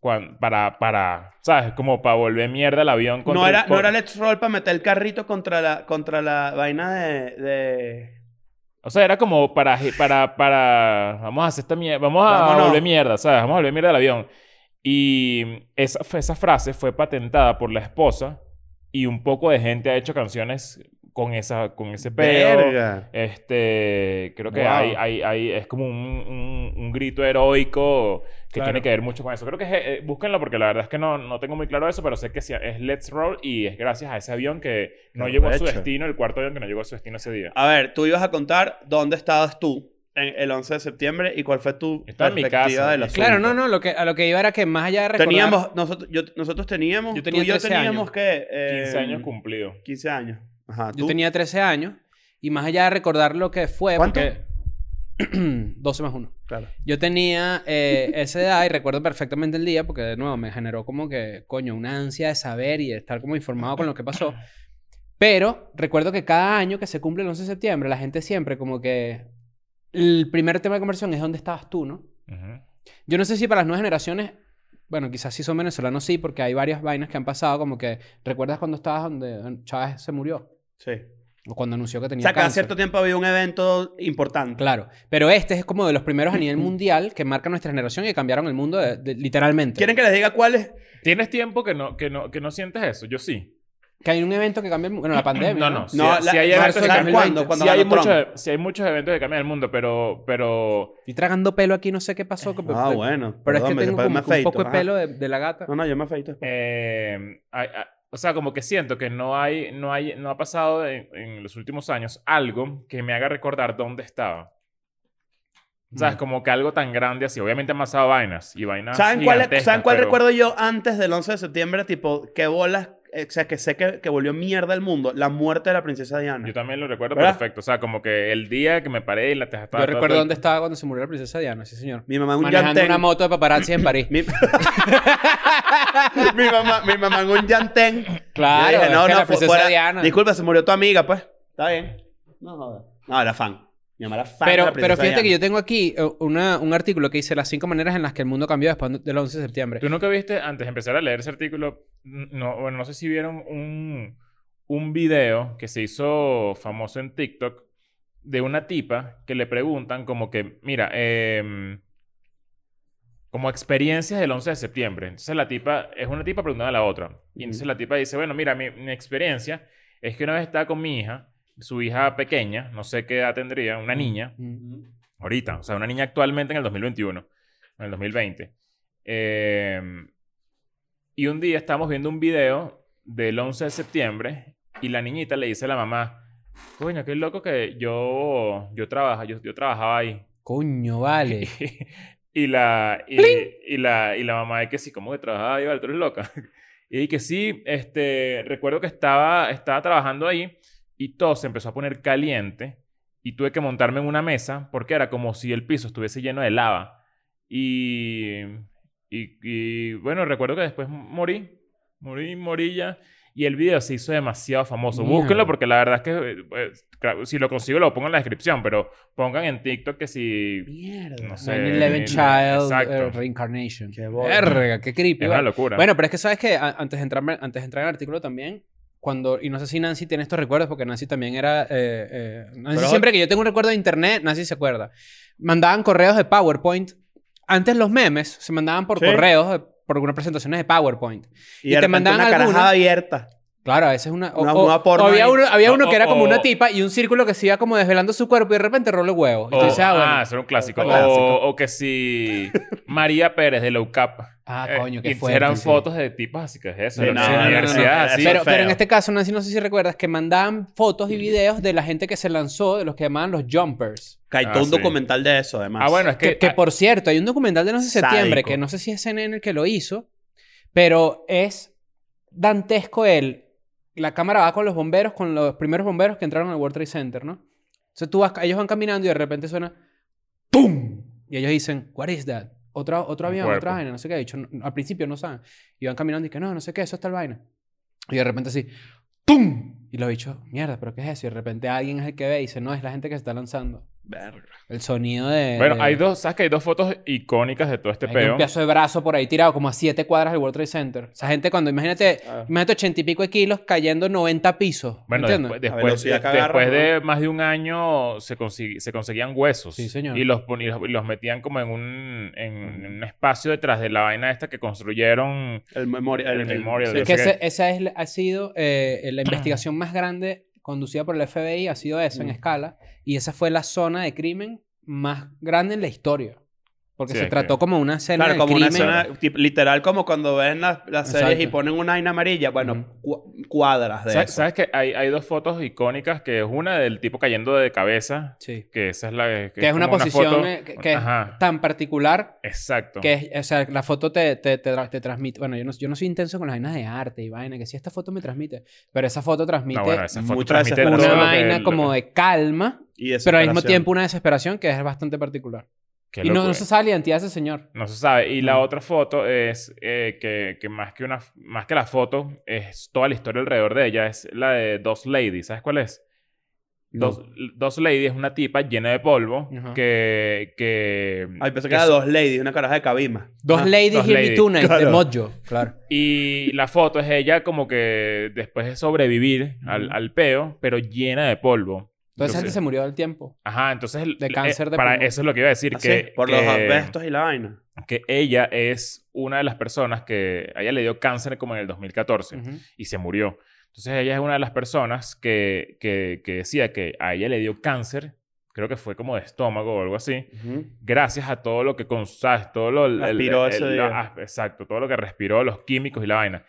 cuan- para, para, ¿sabes? Como para volver mierda al avión. contra No era, el no cor- era Let's Roll para meter el carrito contra la, contra la vaina de... de- O sea, era como para, para, para, vamos a hacer esta mierda, vamos a Vámonos. volver mierda, ¿sabes? Vamos a volver mierda al avión. Y esa, fue- esa frase fue patentada por la esposa y un poco de gente ha hecho canciones con, esa, con ese pedo. Este, creo que Wow. hay, hay, hay- es como un, un- un grito heroico que Claro. tiene que ver mucho con eso. Creo que es, eh, búsquenlo porque la verdad es que no, no tengo muy claro eso, pero sé que sí, es Let's Roll y es gracias a ese avión que no Qué llegó a su arrecho. destino, el cuarto avión que no llegó a su destino ese día. A ver, tú ibas a contar dónde estabas tú en- el 11 de septiembre y cuál fue tu Estaba en mi perspectiva casa. del asunto. Claro, no, no. Lo que, a lo que iba era que más allá de recordar... Teníamos, nosotros, yo- nosotros teníamos, Yo tenía tú y yo 13 teníamos años. que... Ah, eh, 15 em. años cumplido. 15 años. Ajá, Yo tú. tenía 13 años y más allá de recordar lo que fue, ¿Cuánto? porque 12 más 1. Claro. Yo tenía eh, esa edad y recuerdo perfectamente el día porque de nuevo me generó como que, coño, una ansia de saber y de estar como informado con lo que pasó. Pero recuerdo que cada año que se cumple el 11 de septiembre, la gente siempre como que... El primer tema de conversión es dónde estabas tú, ¿no? Ujú. Yo no sé si para las nuevas generaciones, bueno, quizás sí son venezolanos, sí, porque hay varias vainas que han pasado, como que recuerdas cuando estabas donde Chávez se murió, Sí. o cuando anunció que O tenía sea, cada cáncer. cierto tiempo había un evento importante. Claro, pero este es como de los primeros a Mm, nivel mundial que marca nuestra generación y que cambiaron el mundo de- de- literalmente. ¿Quieren que les diga cuál es? ¿Tienes tiempo que no, que, no, que no sientes eso? Yo sí. Que hay un evento que cambia el mundo, bueno, la pandemia. No, no. Si, No, la- si hay eventos que marzo del cambian- 2020. ¿cuándo? Cuando si hay, ganó muchos, Trump. si hay muchos eventos que cambian el mundo, pero, pero Estoy tragando pelo aquí, no sé qué pasó. que- Ah, pero- bueno. Pero es perdón, que me- tengo me como que un afeito, poco de ajá. Ah, pelo de, de la gata. No, no, yo me afeito. Eh, hay- hay- o sea, como que siento que no hay, no hay, no ha pasado en, en los últimos años algo que me haga recordar dónde estaba. ¿Sabes? Mm. Como que algo tan grande así. Obviamente han pasado vainas y vainas. ¿Saben cuál, gigantescas, ¿saben cuál Ah, pero- recuerdo yo antes del 11 de septiembre? Tipo, qué bolas. eh, O sea, que sé que, que volvió mierda el mundo. La muerte de la princesa Diana. Yo también lo recuerdo ¿Verdad? perfecto. O sea, como que el día que me paré y la teja estaba. Yo recuerdo dónde estaba cuando se murió la princesa Diana, sí, señor. Mi mamá en un Manejando yantén. una moto de paparazzi en París. Mi... mi, mamá, mi mamá en un yantén. Claro, Yo dije, es que la fu- princesa Diana. Disculpa, se murió tu amiga, pues. Está bien. No jodas. No, era fan. Mi mamá era fan de Pero, la pero princesa fíjate que Diana. yo tengo aquí eh, una- un artículo que dice las cinco maneras en las que el mundo cambió después del 11 de septiembre. ¿Tú nunca viste, antes de empezar a leer ese artículo, n- no, bueno, no sé si vieron un, un video que se hizo famoso en TikTok de una tipa que le preguntan como que, mira, em, como experiencias del 11 de septiembre. Entonces la tipa, es una tipa preguntando a la otra. Y entonces Ujú. la tipa dice, bueno, mira, mi, mi experiencia es que una vez estaba con mi hija, su hija pequeña, no sé qué edad tendría, una niña, Mm, Ahorita, o sea, una niña actualmente en el 2021, en el 2020. Eh, y un día estamos viendo un video del 11 de septiembre y la niñita le dice a la mamá, coño, qué loco que yo, yo, trabaja, yo, yo trabajaba ahí. Coño, vale. y, la, y, y la, y la mamá de que sí, ¿cómo que trabajaba ahí? Vale, tú eres loca. y que sí, este, recuerdo que estaba, estaba trabajando ahí y todo se empezó a poner caliente y tuve que montarme en una mesa porque era como si el piso estuviese lleno de lava. Y, y, y, bueno, recuerdo que después morí, morí, morí ya. Y el video se hizo demasiado famoso. Mierda. Búsquenlo porque la verdad es que eh, pues, claro, si lo consigo lo pongo en la descripción, pero pongan en TikTok que si... Mierda. No sé. 9-11 Sí, Child exacto. eh, Reincarnation. Qué bola. Verga, qué creepy. Es vale. una locura. Bueno, pero es que sabes que antes de entrar, antes de entrar en el artículo también, cuando, y no sé si Nancy tiene estos recuerdos, porque Nancy también era. eh, eh, Nancy, Pero- siempre que yo tengo un recuerdo de internet, Nancy se acuerda. Mandaban correos de PowerPoint. Antes los memes se mandaban por Sí. correos, eh, por unas presentaciones de PowerPoint. Y, y de te repente mandaban una alguna. carajada abierta. Claro, a veces una. O, Una- o- una porno o había ahí. uno, había O- uno que era o- como o- una tipa y un círculo que se iba como desvelando su cuerpo y de repente rollo huevos. Y O, tú dices, ah, bueno. ah, eso era un clásico. Un clásico. O, o que si María Pérez de Low Cap. Ah, Eh, coño, y qué entonces fuerte. eran sí. fotos de tipos así que es eso. Sí, eran no, de no, no, universidades no, así. no, pero, pero en feo. este caso, Nancy, no sé si recuerdas que mandaban fotos y videos de la gente que se lanzó, de los que llamaban los jumpers. Hay Ah, todo un sí. documental de eso, además. ah, bueno, es Que, que... que, por cierto, hay un documental de 11 de septiembre Sádico. que no sé si es CNN el que lo hizo, pero es dantesco él. La cámara va con los bomberos, con los primeros bomberos que entraron al World Trade Center, ¿no? Entonces tú vas, ellos van caminando y de repente suena ¡Pum! Y ellos dicen, ¿What is that? Otra, otro Un avión, cuerpo. otra vaina, no sé qué. De hecho, no- al principio no saben. Y van caminando y que no, no sé qué, eso es tal vaina. Y de repente así, ¡Pum! Y los bichos, mierda, ¿pero qué es eso? Y de repente alguien es el que ve y dice, no, es la gente que se está lanzando. Verga. El sonido de... bueno, de- hay dos... ¿Sabes que hay dos fotos icónicas de todo este hay peo? un pedazo de brazo por ahí tirado como a siete cuadras del World Trade Center. Esa gente cuando, imagínate, Ah. imagínate ochenta y pico de kilos cayendo 90 pisos. ¿me Bueno, ¿Entiendes? después, A después, velocidad que después agarra, de más de un año se, consigui- se conseguían huesos. Sí, señor. Y los, pon- y los, y los metían como en un, en un espacio detrás de la vaina esta que construyeron. El memorial. El memorial, sí. yo Es que sé ese- esa es, la- ha sido eh, la investigación más grande conducida por el FBI, ha sido esa en Mm. escala. Y esa fue la zona de crimen más grande en la historia. Porque Sí, se es trató que- como una escena Claro, de como una crimen. escena, tipo, literal, como cuando ven las, las series Exacto. y ponen una vaina amarilla. Bueno, cu- cuadras de ¿Sabes, eso. sabes que hay, hay dos fotos icónicas que es una del tipo cayendo de cabeza? Sí. Que esa es la... Que, es una como posición foto- eh, que, que es Ajá. tan particular Exacto. Que es, o sea, la foto te, te, te, tra- te transmite. Bueno, yo no, yo no soy intenso con las vainas de arte y vaina, que sí, esta foto me transmite. Pero esa foto transmite No, bueno, esa foto mucha transmite desesperación. todo una lo que- vaina lo como que- de calma, Y pero al mismo desesperación. tiempo una desesperación que es bastante particular. Qué y no, locura. no se sabe la identidad de ese señor. No se sabe. Y la Ujú. otra foto es eh, que, que más que una más que la foto es toda la historia alrededor de ella. Es la de Dos Ladies. ¿Sabes cuál es? Dos, Dos Ladies es una tipa llena de polvo Ajá. que, que... Ay, pensé que era dos ladies, una caraja de cabima. Dos Ah, Ladies Dos Here Ladies, Be Tonight de claro. Mojo. Claro. Y la foto es ella como que después de sobrevivir al, Ujú. al peo, pero llena de polvo. Toda esa gente Entonces- se murió del tiempo. Ajá, entonces... el- De eh, cáncer de para pulmón. Eso es lo que iba a decir. Así, que, Ah, por que- los asbestos y la vaina. que ella es una de las personas que a ella le dio cáncer como en el 2014 Ujú. y se murió. Entonces ella es una de las personas que, que, que decía que a ella le dio cáncer, creo que fue como de estómago o algo así, gracias a todo lo que con, sabes, todo lo... el- Aspiró ese día. ah, exacto, todo lo que respiró, los químicos y la vaina.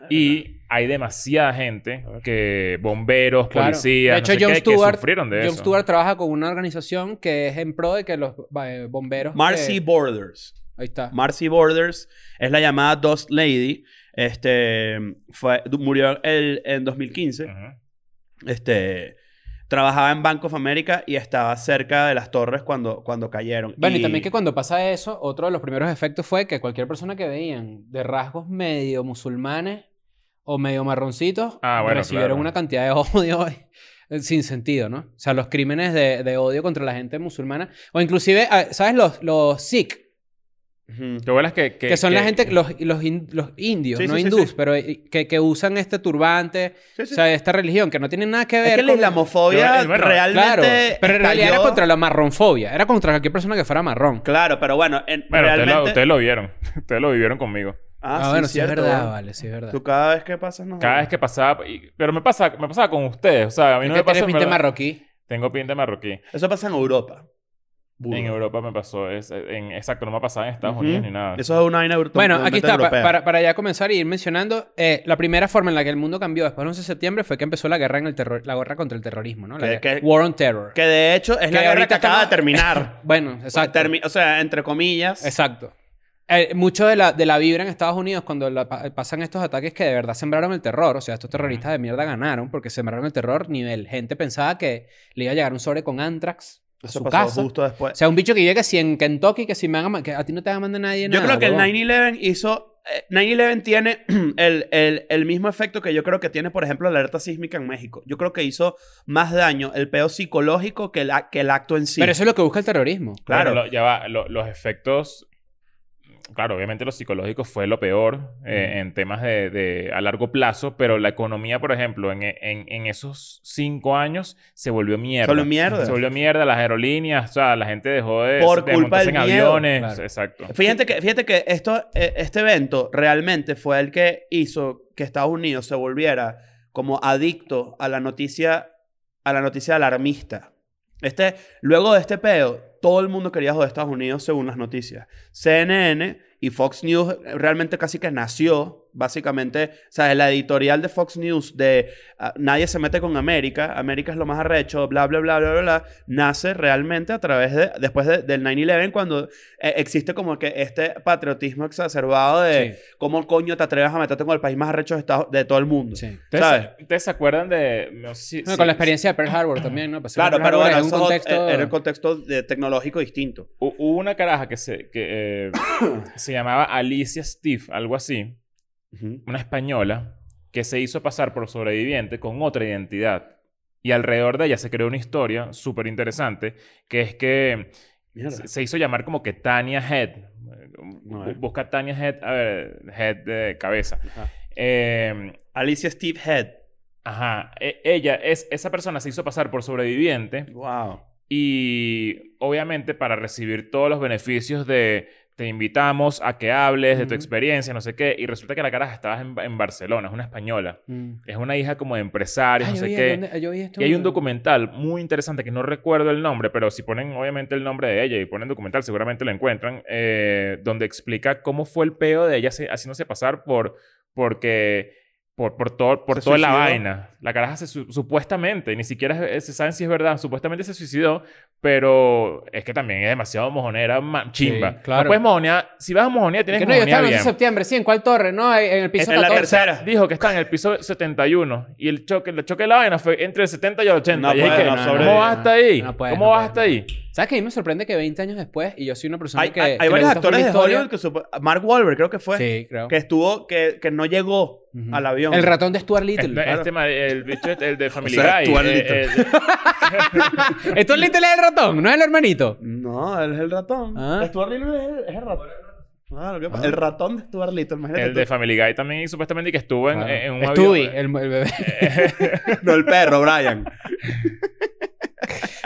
Ah, Y hay demasiada gente que bomberos, Claro. policías, de no hecho, sé John qué, Stewart, que sufrieron de John eso. Stewart trabaja con una organización que es en pro de que los eh, bomberos. que- Marcy Borders. Ahí está. Marcy Borders es la llamada Dust Lady. Este, fue, du- murió el- en 2015. Ujú. Este, trabajaba en Bank of America y estaba cerca de las torres cuando, cuando cayeron. Bueno, y... también que cuando pasa eso, otro de los primeros efectos fue que cualquier persona que veían de rasgos medio musulmanes o medio marroncitos Ah, bueno, recibieron claro. una cantidad de odio eh, sin sentido, ¿no? O sea, los crímenes de, de odio contra la gente musulmana. O inclusive, ah, ¿sabes? Los, los Sikh, Ujú. Qué bolas que... que son la gente, los, los, in- los indios, Sí, no sí, sí, hindús, sí. pero eh, que, que usan este turbante, Sí, sí. o sea, esta religión que no tiene nada que ver es que la con- islamofobia Yo- eh, bueno, Claro, realmente. pero en realidad era estalló- contra la marronfobia, era contra cualquier persona que fuera marrón. Claro, pero bueno, en- Bueno, ustedes realmente. lo, ustedes lo vieron. ustedes lo vivieron conmigo. Ah, Ah, sí, bueno, sí es cierto, verdad, ¿eh? vale, sí es verdad. Tú cada vez que pasas, no. Cada vez que pasaba... y- pero me, pasa, me pasaba con ustedes. O sea, a mí no me Es que tienes pasa... pinta ¿verdad? marroquí. Tengo pinta de marroquí. Eso pasa en Europa. Burda. En Europa me pasó. es- en, exacto, no me ha pasado en Estados Ujú. Unidos ni nada. Eso es una vaina brutal. Bueno, aquí está, pa- para, para ya comenzar y ir mencionando, eh, la primera forma en la que el mundo cambió después del 11 de septiembre fue que empezó la guerra, en el terror, la guerra contra el terrorismo, ¿no? La Que- guerra- que- War on Terror. Que de hecho es Que la guerra ahorita que acaba de estamos- terminar. Bueno, exacto. Termi- o sea, entre comillas. Exacto. Eh, mucho de la, de la vibra en Estados Unidos cuando la pa- pasan estos ataques que de verdad sembraron el terror, o sea, estos terroristas de mierda ganaron porque sembraron el terror nivel. Gente pensaba que le iba a llegar un sobre con Antrax a Eso su pasó casa. justo O después. sea, un bicho que vive que si en Kentucky, que si me haga ma- que a ti no te haga mandar nadie yo nada, creo que huevón. el 9-11 hizo. eh, 9-11 tiene el, el- el mismo efecto que yo creo que tiene, por ejemplo, la alerta sísmica en México. Yo creo que hizo más daño el peo psicológico que el, ac- que el acto en sí. Pero eso es lo que busca el terrorismo. claro. Bueno, lo- ya va, lo- los efectos. Claro, obviamente los psicológicos fue lo peor eh, en temas de, de- a largo plazo, pero la economía, por ejemplo, en, en- en esos cinco años se volvió mierda. Solo mierda. Se volvió mierda las aerolíneas, o sea, la gente dejó de, Por de culpa montarse del en miedo. aviones. Claro. Exacto. Eh, Fíjate que, fíjate que esto, eh, este evento realmente fue el que hizo que Estados Unidos se volviera como adicto a la noticia, a la noticia alarmista. Este, luego de este peo, todo el mundo quería joder a Estados Unidos según las noticias. CNN y Fox News eh, realmente casi que nació, básicamente, o sea, la editorial de Fox News de ah, nadie se mete con América, América es lo más arrecho, bla, bla, bla, bla, bla, bla, nace realmente a través de, después de- del 9-11, cuando eh, existe como que este patriotismo exacerbado de Sí. cómo coño te atreves a meterte con el país más arrecho de, Estados- de todo el mundo. Sí. ¿Ustedes, ¿sabes? ustedes se acuerdan de.? no sé si- Bueno, si- con la experiencia de Pearl Harbor también, ¿no? Pues, Claro, Pearl pero Harbor bueno, es eso un es ot- contexto... Mm. era el contexto de- tecnológico distinto. Hu- Hubo una caraja que se, que, eh, se llamaba Alicia Steve, algo así, Ujú. una española que se hizo pasar por sobreviviente con otra identidad. Y alrededor de ella se creó una historia súper interesante, que es que Mierda. se se hizo llamar como que Tania Head. No, Bu- eh. Busca Tania Head, a ver, Head de cabeza. Ajá. Eh, Alicia Steve Head. ajá, E- ella, es, esa persona se hizo pasar por sobreviviente Wow. y obviamente para recibir todos los beneficios de te invitamos a que hables de tu Ujú. experiencia, no sé qué, y resulta que la caraja estaba en, en Barcelona, es una española. Mm. Es una hija como de empresarios, Ah, no yo sé vi- qué. ¿dónde- yo vi esto? Y hay un documental muy interesante que no recuerdo el nombre, pero si ponen obviamente el nombre de ella y ponen documental, seguramente lo encuentran, eh, donde explica cómo fue el peo de ella se- haciéndose pasar por porque por, por, todo, por ¿Se toda la suicidó? vaina. La caraja se su- supuestamente, ni siquiera es- se saben si es verdad, supuestamente se suicidó, pero es que también es demasiado mojonera, ma- chimba. Sí, claro. No puedes mojonear, si vas a mojonear tienes Que que no, yo estaba mojonear en el 11 de bien. septiembre, sí, ¿en cuál torre? No, en el piso En la 14. tercera. Dijo que está en el piso 71 y el choque, el choque de la vaina fue entre el 70 y el 80. No y es puede, que, no ¿Cómo sobrevive, vas no. hasta ahí? No puede, ¿Cómo no vas puede, hasta no ahí? ¿Sabes que a mí me sorprende que 20 años después, y yo soy una persona Hay, que. hay- hay que le varios gusta full la actores de historia- Hollywood que supo- Mark Wahlberg creo que fue. Sí, creo. Que estuvo, que, que no llegó Ujú. al avión. El ratón de Stuart Este, Little. este ma- el bicho, el de Family O sea, Guy. tú al eh, lito. eh, Stuart Little es el ratón, no es el hermanito. No, él es el ratón. Ah. Stuart Little es el, es el ratón. Ah, lo que pasa- El ratón de Stuart Little, imagínate. el de tú. Family Guy también y supuestamente que estuvo en, eh, Claro. en un Stewie, avión. el, el bebé. No, el perro, Brian.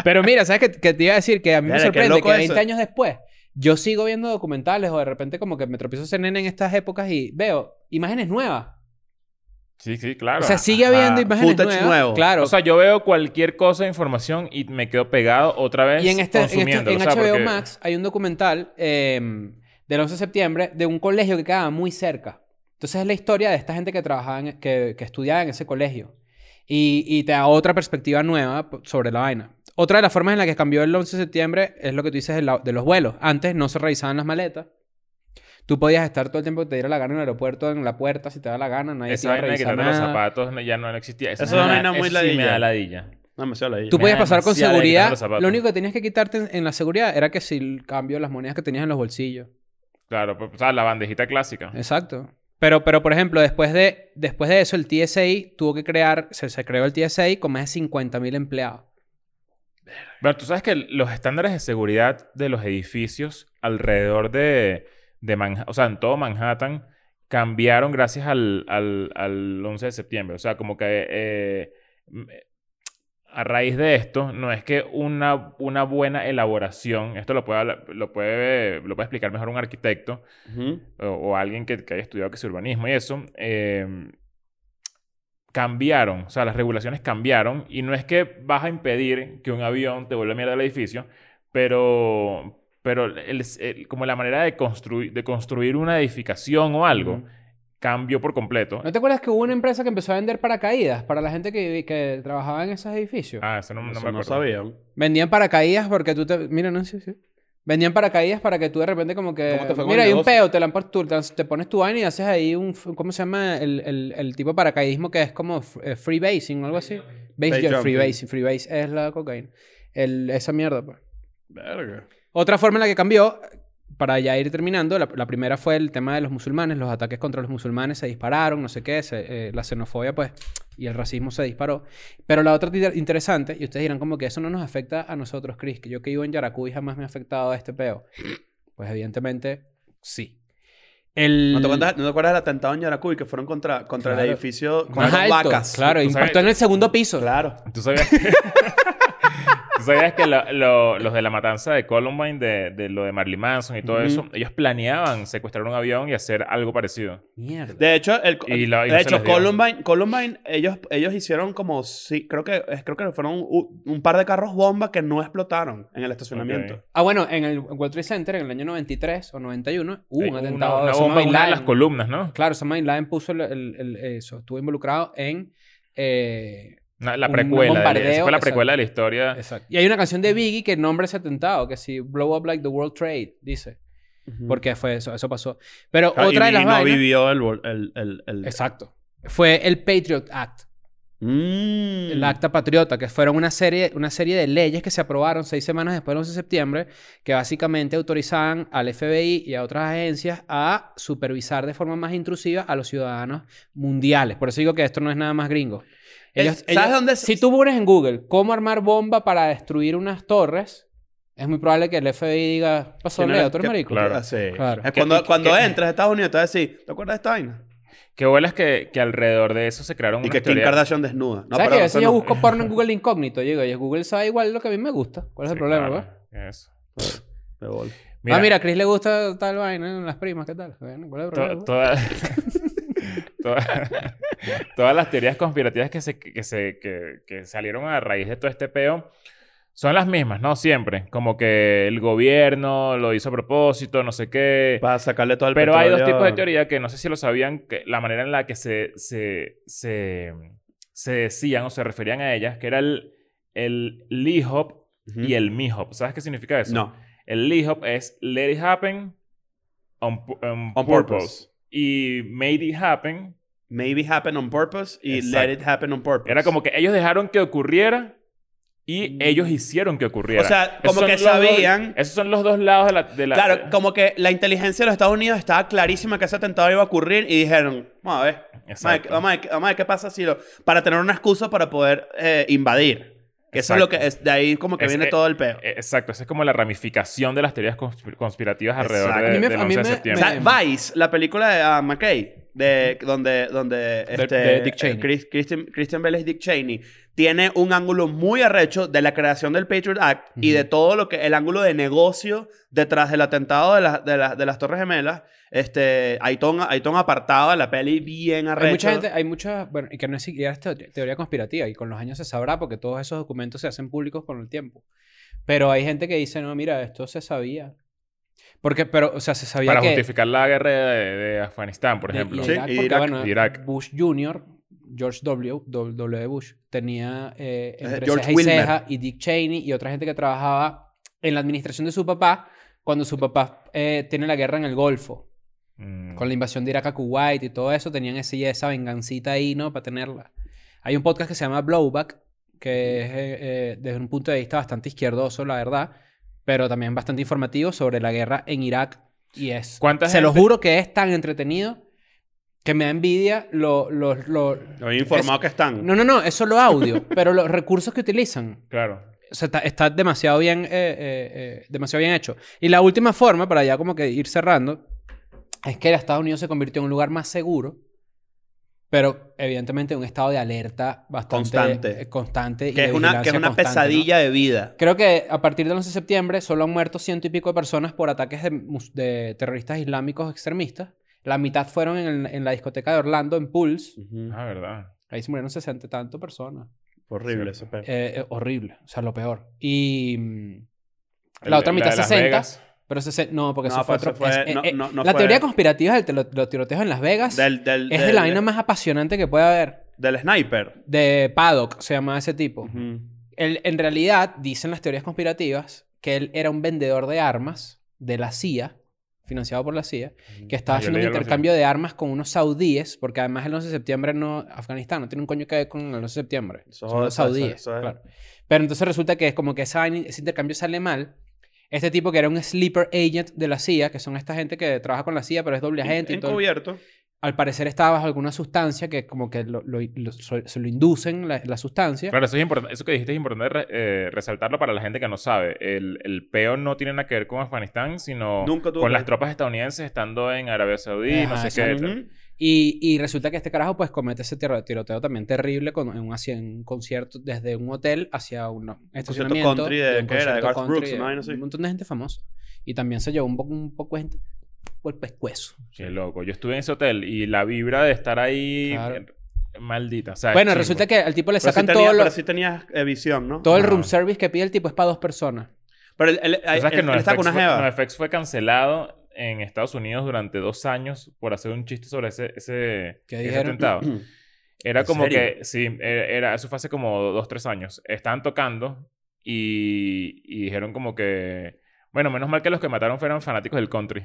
Pero mira, ¿sabes qué, qué te iba a decir? Que a mí me Mira, qué sorprende loco que 20 eso. años después yo sigo viendo documentales o de repente como que me tropiezo CNN en estas épocas y veo imágenes nuevas. Sí, sí, claro. O sea, sigue habiendo Ajá. imágenes footage nuevas. nuevo. Claro. O sea, yo veo cualquier cosa de información y me quedo pegado otra vez y en, este, en, este- consumiendo. en o sea, HBO porque- Max hay un documental eh, del 11 de septiembre de un colegio que quedaba muy cerca. Entonces es la historia de esta gente que trabajaba, en- que, que estudiaba en ese colegio. Y, y te da otra perspectiva nueva p- sobre la vaina. Otra de las formas en la que cambió el 11 de septiembre es lo que tú dices de, la- de los vuelos. Antes no se revisaban las maletas. Tú podías estar todo el tiempo que te diera la gana en el aeropuerto, en la puerta, si te da la gana, nadie te Esa iba a vaina de revisar quitarle los nada. zapatos no- ya no no existía. Esa Eso me es una da- vaina muy eso sí me da ladilla. ladilla. No, me la Tú Me podías da pasar con demasiada ira quitarme seguridad. los zapatos. Lo único que tenías que quitarte en, en la seguridad era que si el cambio de las monedas que tenías en los bolsillos. Claro, pues, o sea, la bandejita clásica. Exacto. Pero, pero por ejemplo, después de, después de eso, el TSA tuvo que crear, se, se creó el TSA con más de 50.000 empleados. Bueno, tú sabes que los estándares de seguridad de los edificios alrededor de, de Manhattan, o sea, en todo Manhattan, cambiaron gracias al, al, al 11 de septiembre. O sea, como que eh, m- a raíz de esto, no es que una, una buena elaboración, esto lo puede, hablar- lo, puede, lo puede explicar mejor un arquitecto, Ujú. o, o alguien que, que haya estudiado que es urbanismo y eso, eh, cambiaron, o sea, las regulaciones cambiaron y no es que vas a impedir que un avión te vuelva a mierda el edificio, pero, pero el- el- como la manera de, construir de construir una edificación o algo Ujú. cambió por completo. Ah, ¿No te acuerdas que hubo una empresa que empezó a vender paracaídas para la gente que, que trabajaba en esos edificios? Ah, eso no, no Eso me acuerdo. no sabía. Vendían paracaídas porque tú te... Mira, no sé, sí. Vendían paracaídas para que tú de repente como que... ¿Cómo te fue con Mira, el hay un negocio? peo, te, lan- tú, te, te pones tu vaina y haces ahí un... f- ¿Cómo se llama? El, el- el tipo de paracaidismo que es como f- eh, free basing o algo así. Base Base jump, free jumping. basing. Free base es la cocaína. El- esa mierda, pues. Verga. Otra forma en la que cambió, para ya ir terminando, la, la primera fue el tema de los musulmanes, los ataques contra los musulmanes se dispararon, no sé qué, se- eh, la xenofobia pues y el racismo se disparó. Pero la otra tira- interesante, y ustedes dirán como que eso no nos afecta a nosotros, Chris, que yo que vivo en Yaracuy jamás me ha afectado a este peo. Pues evidentemente sí. El... ¿No te, acuerdas, ¿No te acuerdas del atentado en Yaracuy que fueron contra, contra Claro. el edificio con Más dos alto, vacas? Claro, Tú impactó sabes- en el segundo piso. Claro. ¿Tú sabías que, ¿tú sabías que lo- lo- los de la matanza de Columbine, de, de lo de Marilyn Manson y todo Ujú. eso, ellos planeaban secuestrar un avión y hacer algo parecido? Mierda. De hecho, el, Y la- Ah, y no de se hecho les dio. Columbine, Columbine ellos, ellos hicieron como sí, creo que es- creo que fueron un, un par de carros bomba que no explotaron en el estacionamiento. Ok. Ah, bueno, en el World Trade Center, en el año 93 o 91, hubo Hay Uh, un una- atentado. Una, de Osama bomba en Bin una de las Laden. columnas, ¿no? Claro, Osama Bin Laden puso el, el- el- eso, estuvo involucrado en... eh, Una- la Un precuela. de- esa bombardeo, fue la exacto. precuela de la Ah. historia. Y hay una canción de Biggie que nombra ese atentado, que si Blow Up Like the World Trade, dice. Ujú. Porque fue eso, eso pasó. Pero Mm. Claro, otra Ah, y, de las y no vainas... vivió el vol- el, el, el- Exacto. Fue el Patriot Act. Mm. el Acta Patriota, que fueron una serie, una serie de leyes que se aprobaron seis semanas después del 11 de septiembre, que básicamente autorizaban al FBI y a otras agencias a supervisar de forma más intrusiva a los ciudadanos mundiales. Por eso digo que esto no es nada más gringo. Ellos- Es- ¿sabes ellos- dónde es- Si tú pones en Google cómo armar bomba para destruir unas torres, es muy probable que el FBI diga, pasó Que no Leo, era- tú eres que- marico". claro. Ah, sí. Claro. Es cuando, que- cuando que- entras a Estados Unidos te vas a decir, ¿te acuerdas de esta vaina? Que vuelas que, que alrededor de eso se crearon Y unas que Kim teorías. Kardashian desnuda. No, ¿Sabes pero qué? eso Si yo no. busco porno en Google incógnito, yo digo, "Oye, Google sabe igual lo que a mí me gusta. ¿Cuál es el Sí, problema, claro, pues? eso. Me voy. ah, mira, a Chris le gusta tal vaina en las primas, ¿qué tal? Bueno, ¿cuál es el to- problema? toda- toda- todas las teorías conspirativas que, se, que, se, que, que salieron a raíz de todo este peo son las mismas, ¿no? Siempre. Como que el gobierno lo hizo a propósito, no sé qué. Para sacarle todo el Pero hay dos petróleo. tipos de teoría que no sé si lo sabían, que la manera en la que se, se, se, se decían o se referían a ellas, que era el, el Lee Hop Ujú. y el Mi Hop. ¿Sabes qué significa eso? No. El Lee Hop es Let It Happen on, pu- on On purpose. purpose. Y Made It Happen Maybe happen on purpose y Exacto. let it happen on purpose. era como que ellos dejaron que ocurriera y ellos hicieron que ocurriera. Mm. O sea, como son que los dos- sabían- esos son los dos lados de la... de la- Claro, como que la inteligencia de los Estados Unidos estaba clarísima que ese atentado iba a ocurrir y dijeron, vamos a ver, vamos a ver, Exacto. vamos a ver- vamos a ver qué pasa si lo... Para tener una excusa para poder eh, invadir. Que Eso es lo que... Exacto. Es, de ahí como que Es- viene eh, todo el peo. Eh, Exacto, esa es como la ramificación de las teorías consp- conspirativas alrededor Exacto. de- A mí me- del a mí 11 de me- O septiembre. sea, eh, Vice, la película de ah, McKay, de, donde, donde este, de Dick Cheney. eh, Chris- Christian, Christian Bale es Dick Cheney, tiene un ángulo muy arrecho de la creación del Patriot Act y Ujú. de todo lo que el ángulo de negocio detrás del atentado de, las- de, las- de las Torres Gemelas. Este, Aiton, Aiton apartado de la peli bien arrecho. Hay mucha gente, hay muchas, bueno, y que no es siquiera es teo- teoría conspirativa, y con los años se sabrá porque todos esos documentos se hacen públicos con el tiempo. Pero hay gente que dice, no, mira, esto se sabía. Porque, pero, o sea, se sabía Para que... justificar la guerra de, de Afganistán, por de- ejemplo. y Sí, Irak, y porque, Irak, bueno, y Irak. Bush Jr., George W. W. Bush, tenía eh, Eh, entre George ceja y Wilmer. ceja y Dick Cheney y otra gente que trabajaba en la administración de su papá cuando su papá eh, tiene la guerra en el Golfo. Mm. Con la invasión de Irak a Kuwait y todo eso, tenían ese, esa vengancita ahí, ¿no? Para tenerla. Hay un podcast que se llama Blowback, que es eh, eh, desde un punto de vista bastante izquierdoso, la verdad, pero también bastante informativo sobre la guerra en Irak. Y es. ¿Cuánta se lo gente- juro que es tan entretenido Que me da envidia lo- lo- lo- Lo he informado que están. No, no, no, es solo audio, pero los recursos que utilizan. Claro. O sea, está, está demasiado bien, eh, eh, eh, demasiado bien hecho. Y la última forma, para ya como que ir cerrando, es que Estados Unidos se convirtió en un lugar más seguro, pero evidentemente en un estado de alerta bastante Constante. eh, constante y que, de es una, que es vigilancia una constante, ¿no? pesadilla de vida. Creo que a partir del 11 de septiembre solo han muerto ciento y pico de personas por ataques de, mus- de terroristas islámicos extremistas. La mitad fueron en, en la discoteca de Orlando, en Pulse. Ujú. Ah, verdad. Ahí se murieron 60 y tanto personas. Horrible Cierto. ese pedo. Eh, eh, horrible, o sea, lo peor. Y mm, la, El- la otra mitad de Las 60, Vegas. pero 60 no, porque No, eso fue pues, eso otro. fue- es- no- eh, eh, no- no la fue- teoría conspirativa del telo- los tiroteos en Las Vegas Del, del, es de del- la vaina más apasionante que puede haber. del sniper. De Paddock se llama ese tipo. Ujú. Él, en realidad, dicen las teorías conspirativas que él era un vendedor de armas de la CIA, financiado por la CIA, que estaba Ah, yo haciendo un leí algo así. intercambio de armas con unos saudíes, porque además el 11 de septiembre no. Afganistán no tiene un coño que ver con el 11 de septiembre. Eso- Son los eso- eso- saudíes. eso es- claro. Pero entonces resulta que es como que esa vaina- ese intercambio sale mal. Este tipo que era un sleeper agent de la CIA, que son esta gente que trabaja con la CIA, pero es doble agente y todo. Encubierto. Al parecer estaba bajo alguna sustancia que como que lo- lo- lo- so- se lo inducen la, la sustancia. Claro, eso, es importante, eso que dijiste es importante re- eh, resaltarlo para la gente que no sabe. El, el peo no tiene nada que ver con Afganistán, sino Nunca tuvo con que las ver. tropas estadounidenses estando en Arabia Saudí, no Ajá, sé qué. exacto. tal. Ujú. Y, y resulta que este carajo pues comete ese tiro- tiroteo también terrible con, en, un, hacia un concierto desde un hotel hacia un estacionamiento. country de- un ¿qué era? De concierto Garth country Brooks, de una vaina así. Un montón de gente famosa. Y también se llevó un poco, un poco de gente por el pescuezo. Qué loco. Yo estuve en ese hotel y la vibra de estar ahí... Claro. eh, Maldita. O sea, Bueno, chimbo. resulta que al tipo le Pero sí sacan tenía- todo, lo- pero sí tenías eh, visión, ¿no? todo el Ajá. room service que pide el tipo es para dos personas. Pero él, él- ¿Tú él- sabes que él está NoFX con una fue, jeva. NoFX fue cancelado en Estados Unidos durante dos años por hacer un chiste sobre ese, ese, ¿Qué ese dijeron? atentado. Era ¿En como serio? que, sí, era, era- eso fue hace como dos, tres años. Estaban tocando y, y dijeron como que, bueno, menos mal que los que mataron fueron fanáticos del country.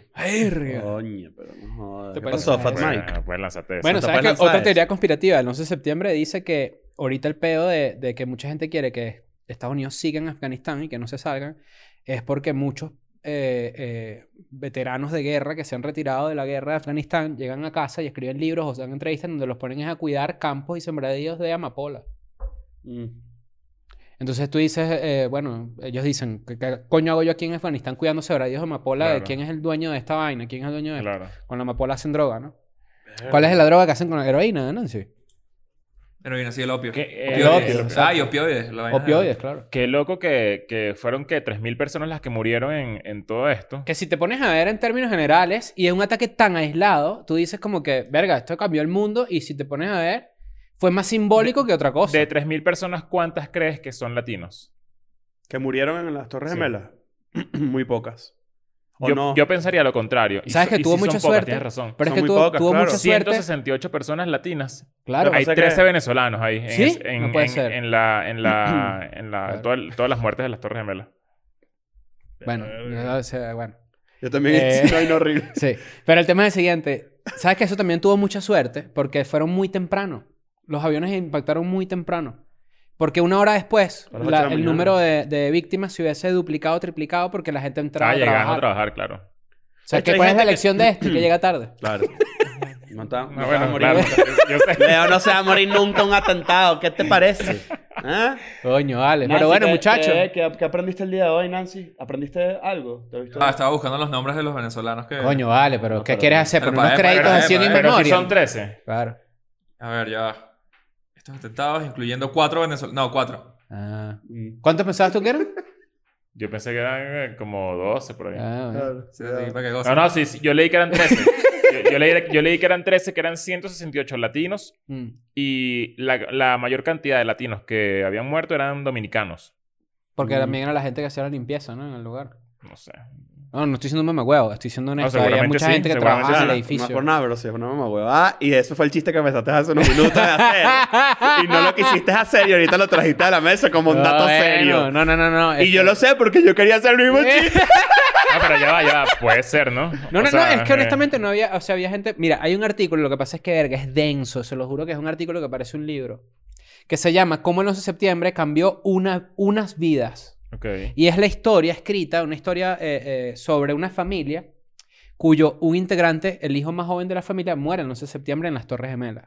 Coño, pero no jodas. ¿Te ¿Qué parece? pasó, Fat Bueno, Mike? Puedes lanzarte eso. Bueno, te ¿sabes puedes que lanzar Otra eso. teoría conspirativa del 11 de septiembre dice que ahorita el pedo de, de que mucha gente quiere que Estados Unidos siga en Afganistán y que no se salgan es porque muchos eh, eh, veteranos de guerra que se han retirado de la guerra de Afganistán llegan a casa y escriben libros o dan entrevistas donde los ponen es a cuidar campos y sembradíos de amapola. Mm. Entonces tú dices, eh, bueno, ellos dicen, ¿qué, qué coño hago yo aquí en Afganistán cuidando sembradíos de amapola? Claro. ¿Quién es el dueño de esta vaina? ¿Quién es el dueño de esto? claro. Con la amapola hacen droga, ¿no? ¿Cuál es la droga que hacen con la heroína, Nancy? Heroína, sí, el opio. ¿Qué? Eh, El opio, Opioides. exacto. Ah, y opioides. la vaina de- Opioides, claro. Qué loco que, que fueron que 3.000 personas las que murieron en, en todo esto. Que si te pones a ver en términos generales y es un ataque tan aislado, tú dices como que, verga, esto cambió el mundo y si te pones a ver, fue más simbólico que otra cosa. De 3.000 personas, ¿cuántas crees que son latinos? Que murieron en las Torres Sí. Gemelas. Muy pocas. ¿O Yo, no? yo pensaría lo contrario. ¿Sabes so- que tuvo sí son mucha pocas, suerte? Tienes razón. Pero es son que muy tuvo, pocas, tuvo claro. mucha suerte. 168 personas latinas. Claro. Hay pasa que- 13 venezolanos ahí. En ¿Sí? ese- En, No puede en- ser. en la... En la, en la Claro. toda- todas las muertes de las Torres Gemelas. Eh, Bueno, o sea, bueno. Yo también Eh. hice una vaina horrible. Sí. Pero el tema es el siguiente. ¿Sabes que eso también tuvo mucha suerte? Porque fueron muy temprano. Los aviones impactaron muy temprano. Porque una hora después, A las ocho la- de la el mañana. número de, de víctimas se hubiese duplicado o triplicado porque la gente entraba Ah, a llegando a trabajar. trabajar, claro. O sea, De hecho, ¿qué- hay ¿cuál es la gente que- lección de esto? Que llega tarde. Claro. No está, no No, está bueno, a morir. claro. Yo sé. Leo no se va a morir nunca un atentado. ¿Qué te parece? ¿Ah? Coño, vale. Pero Nancy, bueno, ¿qué- muchachos. ¿qué, qué, qué aprendiste el día de hoy, Nancy? ¿Aprendiste algo? ¿Te viste? Ah, estaba buscando los nombres de los venezolanos que... Coño, vale, pero ¿qué pero- quieres hacer? pero Poner unos para- para- créditos para- haciendo en para- Pero si memoria. son 13. Claro. A ver, ya va. Estos atentados, incluyendo cuatro venezolanos... No, cuatro. Ah. Mm. ¿Cuántos pensabas tú que eran? Yo pensé que eran eh, como 12 por ahí. Ah, bueno. Claro. Sí, sí, para que No, gocen. no, sí, sí, yo leí que eran 13. yo, yo leí, yo leí que eran 13, que eran 168 latinos Mm. y la, la mayor cantidad de latinos que habían muerto eran dominicanos. Porque Mm. también era la gente que hacía la limpieza, ¿no? En el lugar. No sé. No, no estoy diciendo un huevo. Estoy diciendo honesto. Había seguramente mucha sí, gente que seguramente trabajaba sí. en el no, edificio. no es por nada, pero sí es una mamá huevada. Y eso fue el chiste que me trataste hace unos minutos de hacer. Y no lo quisiste hacer y ahorita lo trajiste a la mesa como un Ah, dato Bueno, serio. No, no, no, no. este Y yo lo sé porque yo quería hacer el mismo Eh, chiste. No, Ah, pero ya va, ya va. Puede ser, ¿no? No, O no, sea, no, es que eh, honestamente no había, o sea, había gente, mira, hay un artículo, lo que pasa es que verga, es denso, se lo juro que es un artículo que parece un libro, que se llama Cómo el 11 de septiembre cambió una, unas vidas. Ok. Y es la historia escrita, una historia eh, eh, sobre una familia cuyo un integrante, el hijo más joven de la familia, muere el 11 de septiembre en las Torres Gemelas.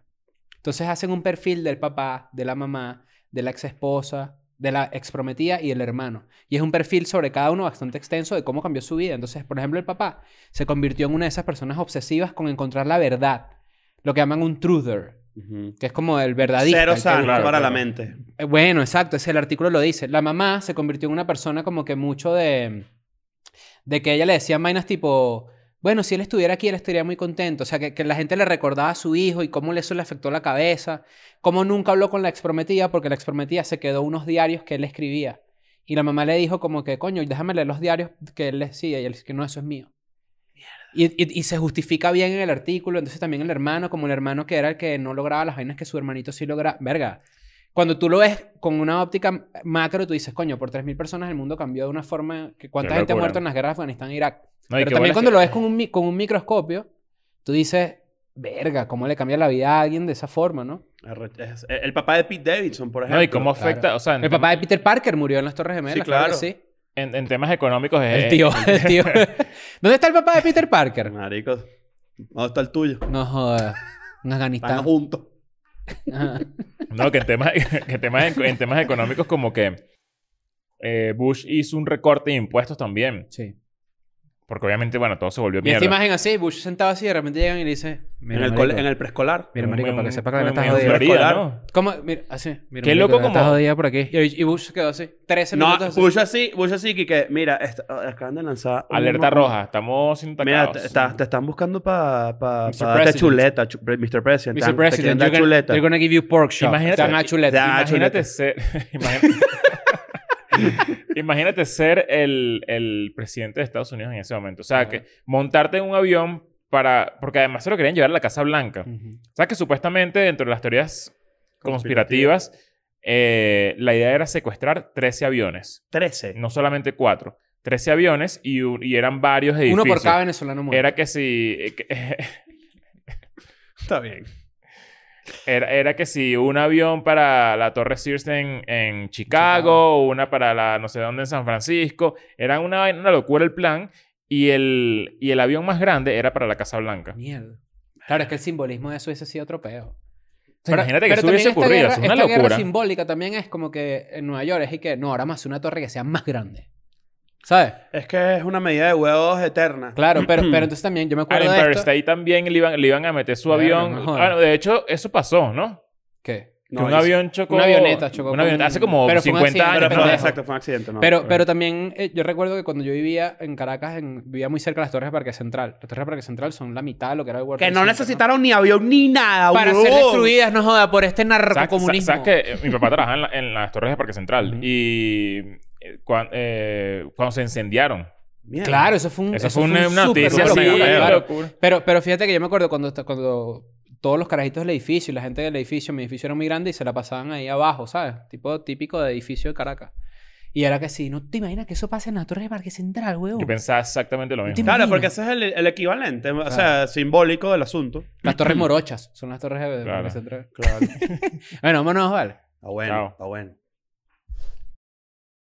Entonces hacen un perfil del papá, de la mamá, de la ex esposa, de la ex prometida y el hermano. Y es un perfil sobre cada uno bastante extenso de cómo cambió su vida. Entonces, por ejemplo, el papá se convirtió en una de esas personas obsesivas con encontrar la verdad, lo que llaman un truther, Ujú. que es como el verdadista. Cero el que- sano claro, para claro. la mente. eh, Bueno, exacto, ese el artículo lo dice. La mamá se convirtió en una persona como que mucho de de que ella le decía vainas tipo, bueno, si él estuviera aquí él estaría muy contento, o sea, que, que la gente le recordaba a su hijo y cómo eso le afectó la cabeza, cómo nunca habló con la exprometida porque la exprometida se quedó unos diarios que él escribía. Y la mamá le dijo como que, coño, déjame leer los diarios que él le decía y él dice que no, eso es mío. Y, y- y se justifica bien en el artículo, entonces también el hermano, como el hermano que era el que no lograba las vainas que su hermanito sí lograba, verga, cuando tú lo ves con una óptica macro, tú dices, coño, por 3.000 personas el mundo cambió de una forma... Que ¿Cuánta Qué gente ha locura. muerto en las guerras de Afganistán e Irak? No, y Pero qué también bolas cuando que- lo ves con un, mi- con un microscopio, tú dices, verga, ¿cómo le cambia la vida a alguien de esa forma, no? Arre- es- El el papá de Pete Davidson, por ejemplo. No, y cómo afecta, claro. o sea, en, El papá de Peter Parker murió en las Torres Gemelas. Sí, claro. que claro. Eh. sí. en- en temas económicos es... eh, El tío, el tío. ¿Dónde está el papá de Peter Parker? Marico, ¿dónde está el tuyo? No jodas. Están En Afganistán. juntos. Ajá. No, que en temas, que en temas, en temas económicos como que eh, Bush hizo un recorte de impuestos también. Sí. Porque obviamente, bueno, todo se volvió Y esta mierda. imagen así, Bush sentado así, de repente llegan y le dicen... "Mira, en, el marico, cole- en el preescolar. Mira, marico, para que sepa que la en, vaina en, está en jodida. Florida, Escolar. ¿no? ¿Cómo? Mira, así. Mira, Qué marico, loco la como- Está jodida por aquí. Y, y Bush quedó así. 13 No, minutos. así. Bush así, Bush así, que, que mira, esta- acaban de lanzar. un- Alerta roja. Estamos siendo Mira, atacados. te, está- te están buscando para pa, Mr. pa darte President. chuleta, chu- Mr. President. Mr. Te- te quieren President, dar you're gonna, chuleta. they're gonna give you pork chop. Imagínate- Te van a dar chuleta. Ah, imagínate chuleta. ser... imagínate, imagínate ser el, el presidente de Estados Unidos en ese momento. O sea, Ajá. que montarte en un avión para... Porque además se lo querían llevar a la Casa Blanca. Ujú. O sea, que supuestamente dentro de las teorías conspirativas, eh, la idea era secuestrar 13 aviones. 13. No solamente 4. 13 aviones y, u- y eran varios Uno edificios. por cada venezolano muerto. Era que si... eh, que- Está bien. Era, era que si un avión para la Torre Sears en, en Chicago, una para la no sé dónde en San Francisco. Era una, vaina- una locura el plan. Y el, y el avión más grande era para la Casa Blanca. Mierda. Claro, es que el simbolismo de eso hubiese sido otro peo. O sea, imagínate que eso también hubiese esta ocurrido. guerra- es una esta guerra locura. simbólica también es como que en Nueva York es y que no, ahora más una torre que sea más grande. ¿Sabes? Es que es una medida de huevos eterna. Claro, pero, pero entonces también yo me Al acuerdo de Empire esto. State también le iban, le iban a meter su Verga, avión. no jodas. Ah, no, de hecho, eso pasó, ¿no? ¿Qué? Que No, un y- avión chocó. Una avioneta chocó Una avioneta con- hace como pero fue un 50 accidente, años. Pero fue, pendejo. exacto, fue un accidente. No, Pero, fue- pero también eh, yo recuerdo que cuando yo vivía en Caracas, en- vivía muy cerca de las Torres de Parque Central. Las Torres de Parque Central son la mitad de lo que era el World Que Trade no Center, necesitaron ni avión ni nada, Para huevón. ser destruidas, no joda, por este ¿Sabes- narcocomunismo. ¿Sabes que eh, mi papá trabajaba en, la- en las torres de Parque Central? Ujú. Y eh, cuan- eh, cuando se incendiaron. Mierda. Claro, eso fue un. Eso fue una, una súper noticia loco, así. locura, mega claro. locura. Pero, pero fíjate que yo me acuerdo cuando, cuando todos los carajitos del edificio y la gente del edificio, mi edificio era muy grande y se la pasaban ahí abajo, ¿sabes? Tipo típico de edificio de Caracas. Y era que sí, no te imaginas que eso pase en la Torre de Parque Central, Yo weón. pensaba exactamente lo No te mismo. Claro, Imagina. porque ese es el, el equivalente, o sea, simbólico del asunto. Las Torres Morochas son las Torres de Claro. Parque Central. Claro. Bueno, vámonos, vale. Está bueno, Chao. está bueno.